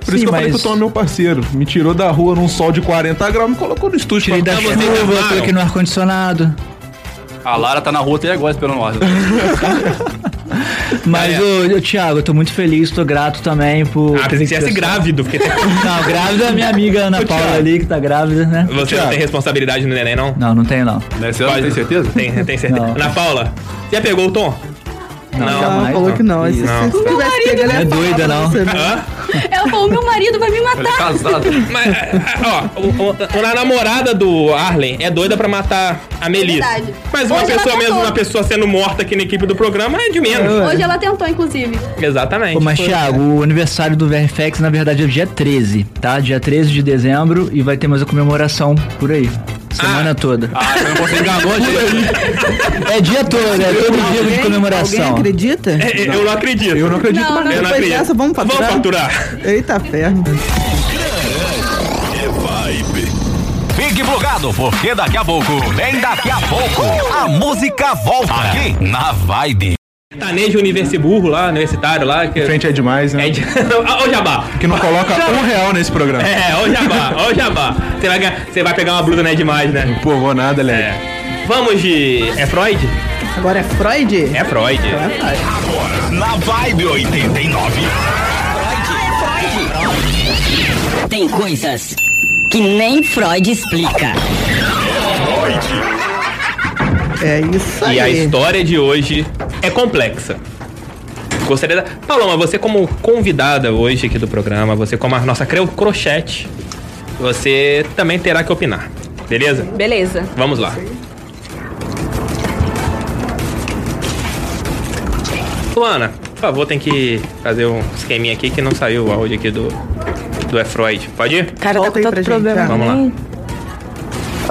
Por isso que eu falei que o Tom é meu parceiro. Me tirou da rua num sol de 40 graus, me colocou no estúdio.
Tirei da
pra-
chuva, tô aqui no ar-condicionado.
A Lara tá na rua até agora esperando o Arthur.
Mas, ô, ô, Thiago, eu tô muito feliz, tô grato também por.
Ah, pensei que você
por-
fosse grávido, porque tá
Não, grávida é minha amiga Ana Paula ali, que tá grávida, né?
Você
Thiago.
não tem responsabilidade no neném, não?
Não, não tenho, não.
Nesse ano, tem certeza?
Tem, tem certeza.
Não.
Ana Paula, já pegou o tom?
Não, é
Ela falou que não. Esse- é Se
Não.
você tivesse pego, ela ia falar pra você, né?
Hã?
Ela falou: É, meu marido vai me matar.
Mas, ah, ó, o- o- a namorada do Arlen é doida pra matar a Melissa.
É Verdade.
Mas uma
Hoje ela
pessoa mesmo,
tentou.
uma pessoa sendo morta aqui na equipe do programa é de menos.
Hoje ela tentou, inclusive.
Exatamente.
Ô, mas,
Foi-
Thiago,
é.
o aniversário do VRFX, na verdade, é dia 13, tá? Dia 13 de dezembro e vai ter mais a comemoração por aí. Semana toda.
Ah, você enganou a gente.
né?
É dia todo, é todo dia de
Alguém- Alguém
comemoração.
acredita?
É, é, eu não acredito. Eu não
acredito,
Não, mas não.
eu não
depois
acredito.
dessa, vamos faturar?
Vamos faturar.
Eita ferro.
É vibe. Fique plugado, porque daqui a pouco, nem daqui a pouco, a música volta aqui na Vibe.
Tanejo Universiburro lá, universitário lá. Que...
Frente é demais, né?
É de... Ó, o Jabá.
Que não coloca um real nesse programa.
É, ó o Jabá, ó o Jabá. Você vai, ganhar- você vai pegar uma blusa, né? Demais, né?
Pô, vou nada, Léo.
Vamos de. É Freud?
Agora é Freud?
É Freud.
Agora, na Vibe 89.
Tem coisas que nem Freud explica.
É isso aí.
E a história de hoje é complexa. Gostaria da... Paloma, você como convidada hoje aqui do programa, você como a nossa creu crochete, você também terá que opinar. Beleza?
Beleza.
Vamos lá. Luana, por favor, tem que fazer um esqueminha aqui que não saiu o áudio aqui do, do É Freud. Pode ir?
Cara, tá com tanto problema.
Vamos lá.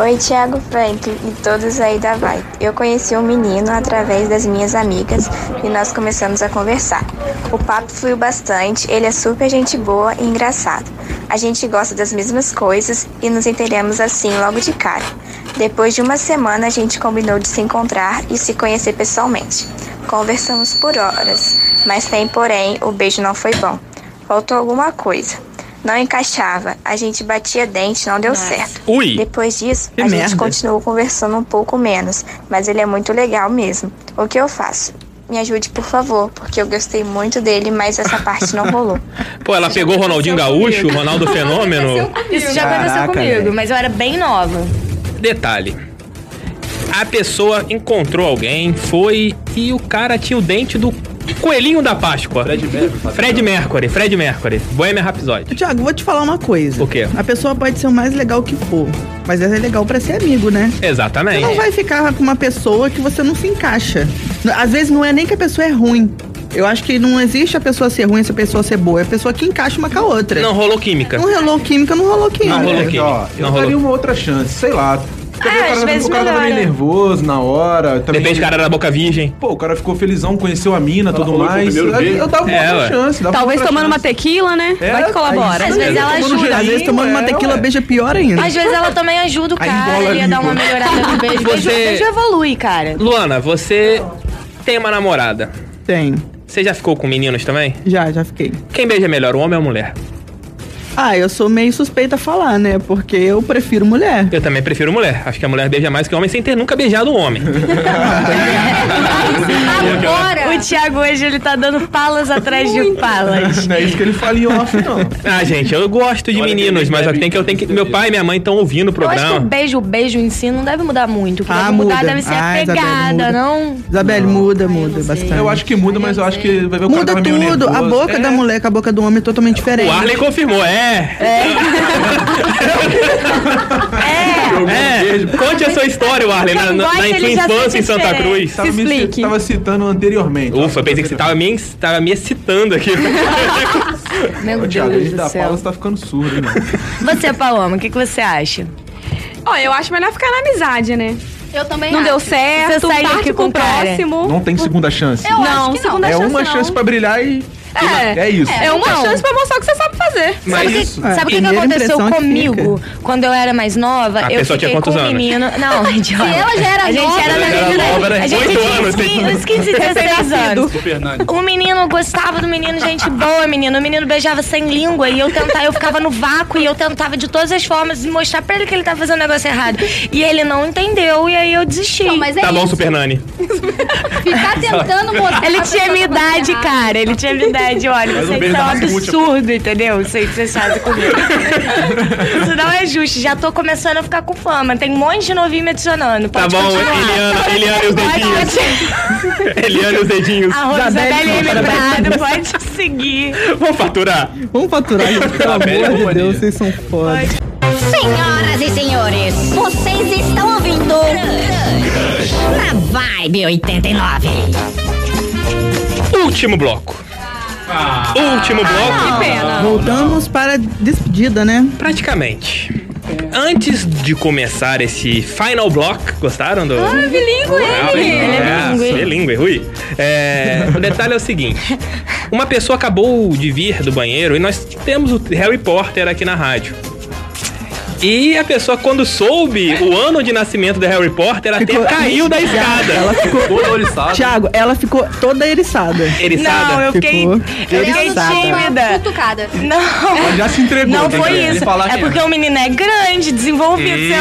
Oi, Thiago Frank e todos aí da Tá, Vai. Eu conheci um menino através das minhas amigas e nós começamos a conversar. O papo fluiu bastante, ele é super gente boa e engraçado. A gente gosta das mesmas coisas e nos entendemos assim logo de cara. Depois de uma semana, a gente combinou de se encontrar e se conhecer pessoalmente. Conversamos por horas, mas tem porém, o beijo não foi bom. Faltou alguma coisa. Não encaixava, a gente batia dente, não deu certo.
Ui.
Depois disso,
Que
a
merda.
gente continuou conversando um pouco menos, mas ele é muito legal mesmo. O que eu faço? Me ajude, por favor, porque eu gostei muito dele, mas essa parte não rolou.
Pô, ela pegou o Ronaldinho Gaúcho, o Ronaldo Fenômeno.
Isso já aconteceu
Caraca,
comigo,
velho.
mas eu era bem nova.
Detalhe. A pessoa encontrou alguém, foi e o cara tinha o dente do coelhinho da Páscoa. Fred Mercury. Fred Mercury, Fred Mercury. Bohemian Rhapsody.
Tiago, vou te falar uma coisa.
O quê?
A pessoa pode ser o mais legal que for, mas ela é legal pra ser amigo, né? Você
Exatamente.
não vai ficar com uma pessoa que você não se encaixa. N- Às vezes não é nem que a pessoa é ruim. Eu acho que não existe a pessoa ser ruim, se a pessoa ser boa. É a pessoa que encaixa uma com a outra.
Não rolou química.
Não rolou química, não rolou química.
Ó, eu daria uma outra chance, sei lá. Também o cara, o cara tava meio nervoso na hora. Também
Depende, o cara era boca virgem.
Pô, o cara ficou felizão, conheceu a mina, tudo
falou que foi o
mais.
primeiro
Eu,
date.
eu dava uma
É,
outra
ué.
chance. dava
Talvez
outra
tomando uma tequila, né?
É,
Vai que colabora.
Às vezes ela ajuda. Às vezes tomando uma tequila beija pior ainda.
Às vezes ela também ajuda o
Aí
cara,
embola
ele ia
a
dar uma
língua.
melhorada no beijo. Beijo,
Você-
beijo evolui, cara.
Luana, você tem uma namorada?
Tenho.
Você já ficou com meninos também?
Já, já fiquei.
Quem beija melhor, o homem ou a mulher?
Ah, eu sou meio suspeita a falar, né? Porque eu prefiro mulher.
Eu também prefiro mulher. Acho que a mulher beija mais que o homem sem ter nunca beijado um homem.
Agora! O Thiago hoje, ele tá dando palas atrás de palas.
Não é isso que ele fala em off, não.
ah, gente, eu gosto de meninos, mas eu tenho que eu tenho que meu pai e minha mãe estão ouvindo o
Eu acho que o
programa.
beijo, o beijo em si não deve mudar muito. O que
Ah,
deve mudar
muda.
deve ser
Ah,
a
Isabelle, muda.
pegada, não?
Isabelle, muda, muda bastante.
Eu acho que muda, mas eu acho que vai ver o cara
Muda
tava meio
tudo. A
nervoso.
boca
É.
da mulher com a boca do homem é totalmente diferente.
O Arley confirmou, é. É. é. Conte a sua história, o Arley, na, na, na sua infância
é
em Santa Cruz.
Tava me- Tava citando anteriormente.
Ufa, eu pensei que você tava me, tava me excitando aqui.
Meu
Ô, Thiago, a
Deus
gente
do
da
céu.
Paula, você tá ficando surdo, hein, mano?
Você, Paloma, o que, que você acha?
Olha, eu acho melhor ficar na amizade, né?
Eu também
Não
acho.
deu certo,
Você sai
parte
daqui
com
com
o
cara?
próximo.
Não tem segunda chance.
Eu acho que não. segunda
É
chance
uma
não.
chance pra brilhar e.
É.
É isso.
É, uma
Então.
chance pra mostrar o que você sabe fazer.
Mas
sabe o que-
isso-
sabe o que, que
primeira
aconteceu
impressão é que
comigo? Quando eu era mais nova,
A
eu
pessoa
fiquei
tinha
com
quantos
um
anos?
menino. Não, idiota.
ela já era
A gente
nova.
era
Ela
da
já
era
mesma
nova,
idade.
era
A gente
oito
tinha
anos, tem-
15, uns 15, 16 anos.
Do Fernandes.
O menino gostava do menino, gente boa, menino. O menino beijava sem língua e eu tentava, eu ficava no vácuo e eu tentava de todas as formas mostrar pra ele que ele tava fazendo um negócio errado. E ele não entendeu e aí eu desisti.
mas é
Tá bom,
isso.
Super Nani.
Ficar tentando mostrar.
Ele
pra
tinha
pessoa
minha
que tá fazendo
idade,
errado.
cara. Ele tinha minha idade. Olha,
Mas um
vocês
beijo
são
da Rasputia.
absurdos, entendeu? Vocês vocês fazem comigo. Isso não é justo. Já tô começando a ficar com fama. Tem um monte de novinho me adicionando.
Tá
Pode
bom,
continuar.
Eliana, Eliana e os dedinhos. Eliana e os dedinhos.
A Rosabelle M. Prado, pode seguir.
Vamos faturar.
Vamos faturar, gente, pelo amor de Deus, vocês são foda.
Senhoras e senhores, vocês estão ouvindo na Vibe 89.
Último bloco. Último
Ah,
bloco.
Voltamos para despedida, né?
Praticamente. Antes de começar esse final block, gostaram do.
Ah, bilíngue
Ah,
ele. Ele é
é,
bilíngue.
bilíngue, Rui. É, o detalhe é o seguinte: uma pessoa acabou de vir do banheiro e nós temos o Harry Potter aqui na rádio. E a pessoa, quando soube o ano de nascimento do Harry Potter, até
Ficou-
caiu da escada.
Ela ficou-
Todo oriçado.
Tiago, ela ficou toda eriçada.
Eriçada?
Não, eu fiquei,
Ficou
eu fiquei
eriçada.
tímida.
Cutucada.
Não.
Ela já se entregou.
Não
né?
foi
Sem
isso.
falar
É
mesmo.
porque o menino é grande, desenvolvido.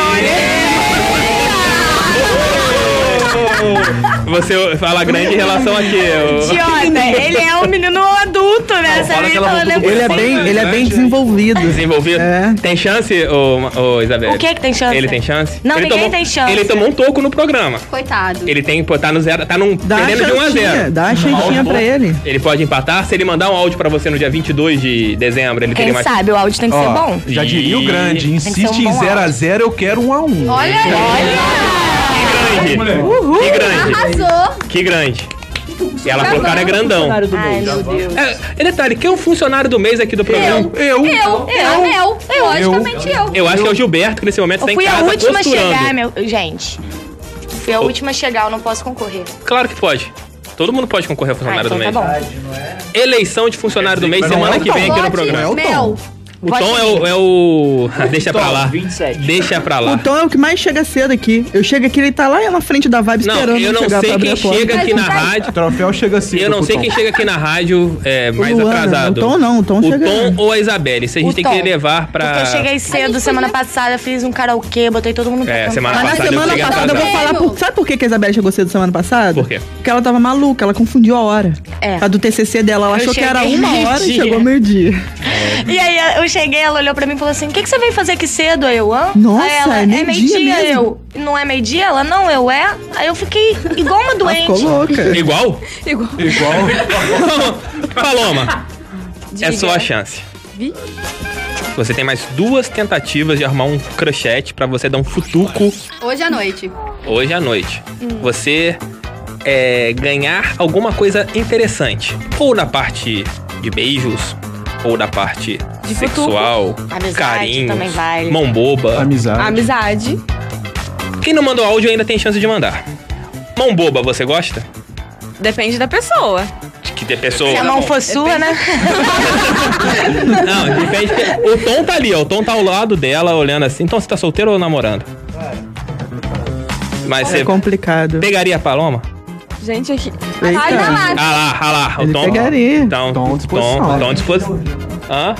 Você
Você fala grande em relação a quê? ô?
olha, idiota. Ele é um menino adulto, né? Essa menina falando, é
Ele é bem, ele
né,
é bem desenvolvido.
Desenvolvido?
É.
Tem chance, ô, ô Isabel?
O que que tem chance?
Ele tem chance?
Não,
ele
ninguém
tomou-
tem chance.
Ele tomou um toco no programa.
Coitado.
Ele tem, pô, tá no zero, tá num
Dá a
perdendo de 1 a
chantinha,
0.
dá a chantinha pra ele.
Ele pode empatar se ele mandar um áudio pra você no dia 22 de dezembro, ele teria
Quem
mais
sabe o áudio tem que ser
Ó,
bom.
Já diria o grande,
Tem que ser um
insiste em
bom
0x0, eu quero 1x1.
Olha aí.
Que grande.
Uhul.
Que grande.
Arrasou.
Que grande. E
Tá
ela falou, cara, é grandão.
Ai, meu Deus.
É, e detalhe, quem é o funcionário do mês aqui do
Uh,
programa?
Eu, eu, eu, eu, logicamente eu.
Eu acho que é o Gilberto, que nesse momento
Eu
tá em
fui a
casa
última a
costurando.
chegar, meu. Gente. Fui a última a chegar, eu não posso concorrer.
Claro que pode. Todo mundo pode concorrer ao
Ah,
funcionário
então
do
tá
mês.
bom.
Eleição de funcionário do mês,
Mas não
semana
é o
que
Tom.
vem aqui no
Vote
programa.
Mel.
O
Vote
Tom é
em
o.
mim.
É o... Deixa pra lá.
27.
Deixa pra
O
lá.
Tom é o que mais chega cedo aqui. Eu chego aqui, ele tá lá na frente da vibe
Não,
esperando
eu não
chegar pra
sei
abrir
quem
a porta.
chega aqui na
Mas não tá.
rádio.
O troféu chega cedo.
Eu não
pro
sei
Tom.
quem chega aqui na rádio é, mais
Luana,
atrasado.
o Tom não, o Tom chega-
Tom ou a Isabelle. Isso a gente
O
tem
Tom.
que levar pra.
Porque eu cheguei cedo, semana passada, fiz um karaokê, botei todo mundo pra
É,
cantar.
semana
Mas na
passada eu
semana
cheguei
passada eu vou
atrasado.
falar por... Sabe por que que a Isabela chegou cedo semana passada?
Por quê?
Porque ela tava maluca, ela confundiu a hora.
É.
A do TCC dela, ela
Eu
achou que era
cheguei
uma hora e
meio-dia.
chegou meio-dia.
E aí eu cheguei, ela olhou pra mim e falou assim: O que, que você veio fazer aqui cedo? Aí eu, hã?
Nossa,
Aí ela,
é meio-dia mesmo?"
eu. Não é meio-dia? Ela, não, eu é. Aí eu fiquei igual uma doente.
Ficou louca.
Igual?
Igual.
Paloma, é só a chance.
Vi.
Você tem mais duas tentativas de arrumar um crochete pra você dar um futuco
Hoje à noite.
Tá
hoje à noite. Você é, ganhar alguma coisa interessante. Ou na parte de beijos, ou na parte
De
sexual,
futuco. Amizade
carinho,
também vale.
mão boba.
Amizade.
Amizade.
Quem não mandou áudio ainda tem chance de mandar. Mão boba, você gosta?
Depende da pessoa.
Que de pessoa.
Se a mão for sua, né?
Não, depende. O Tom tá ali, ó. O Tom tá ao lado dela, olhando assim. Então você tá solteiro ou namorando? Mas
É
você
complicado.
Pegaria a Paloma?
Gente, aqui.
Eita.
Ai,
Ah
danado.
lá, ah lá. O Tom.
pegaria.
Tom, Tom disposição. Tom, disposição. Hã?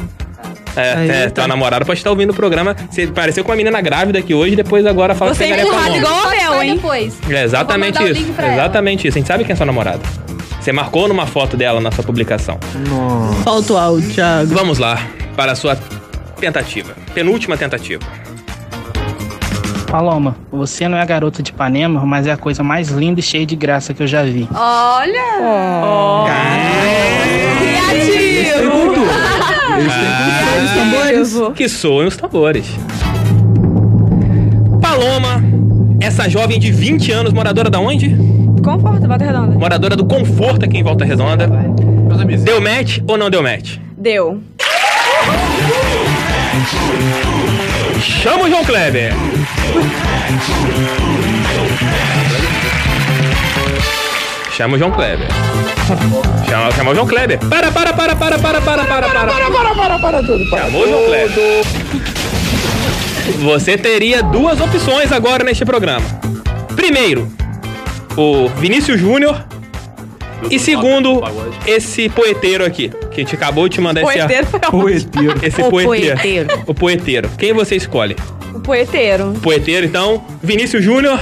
É, é, tá. namorado pode estar ouvindo o programa. Você pareceu com uma menina grávida aqui hoje, depois agora fala
Você
que
é
pegaria a
empurrado igual
Paloma.
a Mel, hein?
Depois.
É exatamente
Eu vou mandar o
isso.
link pra ela.
Exatamente isso. A gente sabe quem é sua namorada. Você marcou numa foto dela na sua publicação.
Nossa. Falta o áudio, Thiago.
Vamos lá para a sua tentativa. Penúltima tentativa.
Paloma, você não é a garota de Ipanema, mas é a coisa mais linda e cheia de graça que eu já vi.
Olha!
Criativo!
Ah,
Que soem os tambores. Paloma, essa jovem de 20 anos, moradora da onde?
Conforto, Volta Redonda.
Moradora do Conforto aqui em Volta Redonda. Deu match ou não deu match?
Deu.
Chama o João Kleber. Chama o João Kleber. Chama, chama o João Kleber. Para, para, para, para, para, para, para, para.
Para, para, para, para tudo. Para
Chamou o João Kleber. Você teria duas opções agora neste programa. Primeiro, o Vinícius Júnior. E segundo, esse poeteiro aqui, que a gente acabou de te
é
mandar
Poeteiro
esse...
foi
ar-
ótimo.
Poeteiro. Esse
O
poeteiro.
poeteiro.
O poeteiro. Quem você escolhe?
O poeteiro.
Poeteiro, então. Vinícius Júnior.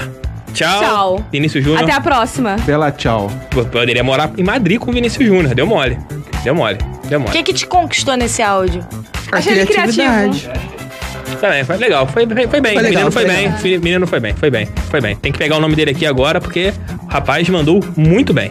Tchau.
Tchau.
Vinícius Júnior.
Até a próxima.
Bela tchau. Poderia morar em Madrid com o Vinícius Júnior. Deu mole. Deu mole. Deu
O
mole.
que, que te conquistou nesse áudio?
Achei ele criatividade. Também, foi legal. Foi, foi, foi bem.
Foi legal,
menino foi,
foi
bem.
legal.
fi- Menino foi bem. Foi bem. Foi bem. Tem que pegar o nome dele aqui agora, porque o rapaz mandou muito bem.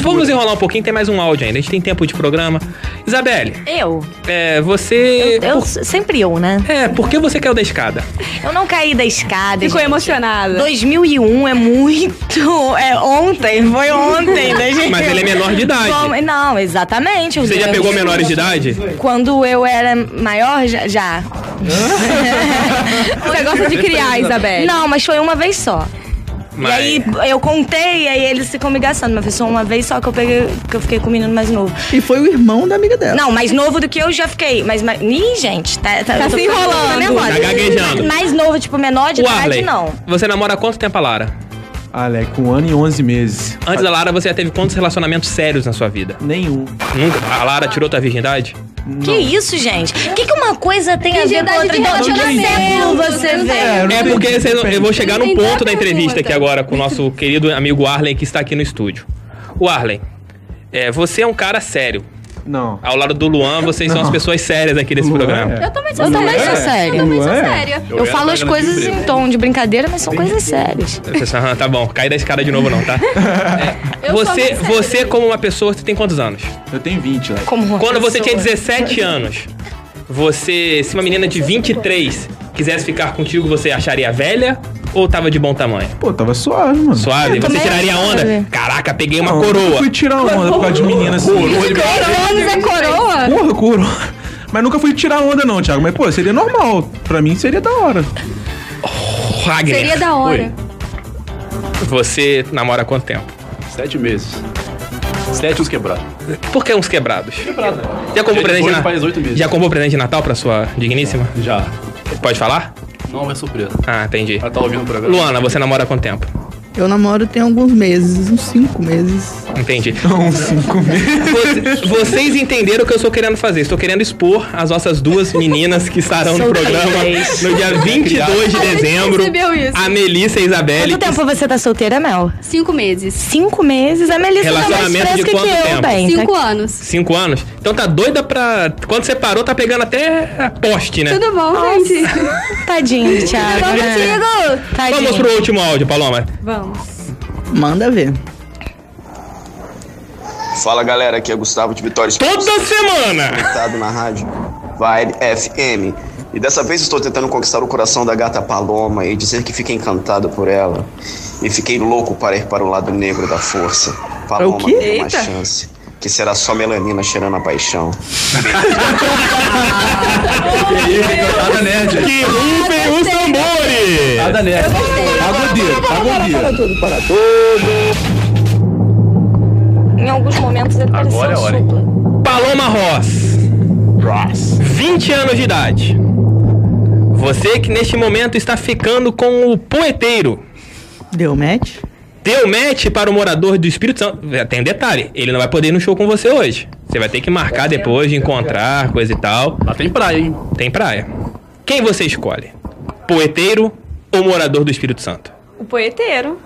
Vamos enrolar um pouquinho, tem mais um áudio ainda. A gente tem tempo de programa. Isabelle,
Eu?
é, você.
Eu, sempre eu, né?
É, por que você caiu da escada?
Eu não caí da escada.
Ficou
gente.
emocionada.
2001 é muito. É ontem, foi ontem, né, gente?
Mas ele é menor de idade.
Bom, não, exatamente.
Você já
Eu-
pegou menores de idade?
Quando eu era maior, já. já.
Você gosta de criar, Isabelle.
Não, mas foi uma vez só.
Mas-
E aí eu contei, e aí eles ficam me gastando. Mas foi só uma vez só que eu peguei, que eu fiquei com o menino mais novo.
E foi o irmão da amiga dela.
Não, mais novo do que eu já fiquei. Mas, mais... Ih, gente, tá, tá,
Tá
eu tô
se
ficando
enrolando.
toda nervosa.
Tá gaguejando.
Mais novo, tipo, menor de
O
idade,
Arley,
não.
você namora há quanto tempo a Lara?
Alec, um ano e onze meses.
Antes da Lara, você já teve quantos relacionamentos sérios na sua vida?
Nenhum.
Nunca? A Lara tirou tua virgindade?
Que isso, gente? O que, que uma coisa tem a ver com a outra?
de
Então, de que século
relacionamento,
você vê?
É porque você não- eu vou chegar no
Entendi a
ponto da entrevista
pergunta.
aqui agora com o nosso querido amigo Arlen que está aqui no estúdio. O Arlen, é, você é um cara sério.
Não.
Ao lado do Luan, vocês são as pessoas sérias aqui nesse programa.
é.
Eu também sou
Eu
séria.
também sou séria.
Eu também sou séria.
Eu falo as coisas em É. tom de brincadeira, mas são coisas sérias.
Eu penso, "Aham, tá bom, cair da escada de novo não, tá? É,
Eu sou
você,
mais séria.
você como uma pessoa, você tem quantos anos?
Eu tenho 20, Alec.
Como uma
Quando você
pessoa.
tinha 17 anos, você, se uma menina de 23 quisesse ficar contigo, você acharia velha ou tava de bom tamanho?
Pô, tava suave, mano.
Suave, você tiraria onda? Caraca, peguei
Ah.
uma coroa.
Eu fui tirar onda por causa de menina assim.
Coroa de
Anos é coroa?
Porra, coroa. Mas nunca fui tirar onda, não, Thiago. Mas, pô, seria normal. Pra mim seria da hora.
Wagner.
Seria da hora.
Oi. Você namora há quanto tempo?
Sete meses. Sete uns quebrados.
Por que uns quebrados?
Quebrado.
Já comprou
Gente,
presente de
hoje
na-
faz oito meses.
Já comprou presente de Natal pra sua digníssima?
Já.
Pode falar?
Não, é surpresa.
Ah, entendi.
Ela tá ouvindo o programa.
Luana, você namora há quanto tempo?
Eu namoro tem alguns meses, uns cinco meses.
Entendi. Não, cinco meses. Vocês entenderam o que eu estou querendo fazer. Estou querendo expor as nossas duas meninas que estarão no
Solteiras.
programa no dia 22 de
A gente
dezembro.
percebeu isso.
A Melissa e a Isabelle.
Quanto tempo você tá solteira, Mel?
Cinco meses.
Cinco meses? A Melissa tá mais
Relacionamento de
fresca que
quanto
eu,
tempo?
bem.
Cinco anos.
Cinco anos? Então tá doida pra. Quando você parou, tá pegando até poste, né?
Tudo bom, gente?
Tadinho, Thiago.
Tudo bom
né?
contigo?
Tadinho.
Vamos pro último áudio, Paloma.
Vamos.
Manda ver.
Fala galera, aqui é Gustavo de Vitória.
Toda semana!
Conectado na rádio Vibe FM. E dessa vez estou tentando conquistar o coração da gata Paloma e dizer que fiquei encantado por ela. E fiquei louco para ir para o lado negro da força. Paloma
quê?
tem uma
Eita.
chance. Que será só melanina cheirando a paixão.
Nada nerd.
Que rufem os tambores!
Moeda negra. Paga o dedo, paga o dedo.
tudo, para tudo. Em alguns momentos ele
Agora é hora. Paloma Ross. Ross. 20 anos de idade. Você que neste momento está ficando com o poeteiro.
Deu match?
Deu match para o morador do Espírito Santo. Tem um detalhe, ele não vai poder ir no show com você hoje. Você vai ter que marcar depois, encontrar, coisa e tal. Lá tem praia, hein? Tem praia. Quem você escolhe? Poeteiro ou morador do Espírito Santo?
O poeteiro.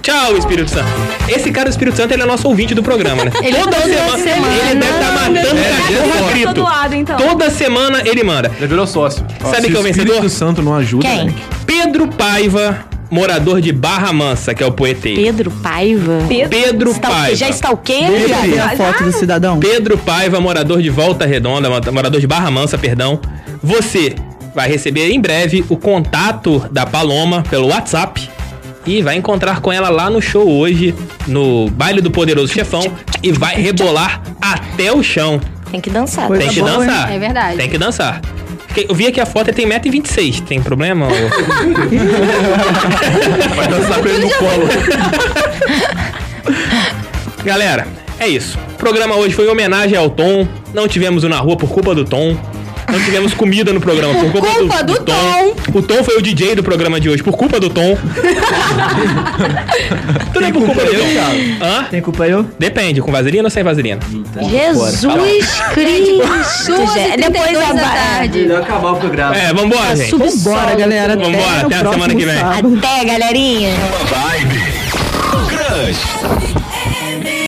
Tchau, Espírito Santo. Esse cara do Espírito Santo ele é nosso ouvinte do programa, né?
Ele
Toda
toda
semana,
semana.
ele deve estar matando
É,
cachorro
ele é
a grito.
todo lado, então.
Toda semana ele manda. Ele virou sócio.
Ó, se
Sabe quem é o
o Espírito
vencedor?
Santo não ajuda, né?
Quem?
Pedro Paiva, morador de Barra Mansa, que é o poeteiro.
Pedro Paiva?
Pedro, Paiva.
Já stalkei ele,
Pedro.
cara?
do cidadão.
Pedro Paiva, morador de Volta Redonda, mora- morador de Barra Mansa, perdão. Você vai receber em breve o contato da Paloma pelo WhatsApp e vai encontrar com ela lá no show hoje, no Baile do Poderoso Chefão, e vai rebolar até o chão.
Tem que dançar.
Tem que dançar.
É verdade.
Tem que dançar. Porque Eu vi aqui a foto, ele tem 1,26m. Tem problema? ô? vai dançar com ele no colo. Galera, é isso. O programa hoje foi em homenagem ao Tom. Não tivemos o Na Rua por culpa do Tom. Não tivemos comida no programa por culpa, do, do Tom. O Tom foi o DJ do programa de hoje por culpa do Tom. Tudo é por culpa do Tom. Hã? Tem culpa eu? Depende, com vaselina ou sem vaselina?
Jesus Cristo,
Duas
gente.
e
é
trinta e
Depois
dois
a
da
tá.
ba-
tarde.
Melhor acabar o programa.
É, vambora, gente.
Vambora, galera. Até
Vambora,
o
até a
próximo
semana que vem.
Até, galerinha.
Vibe. Crush.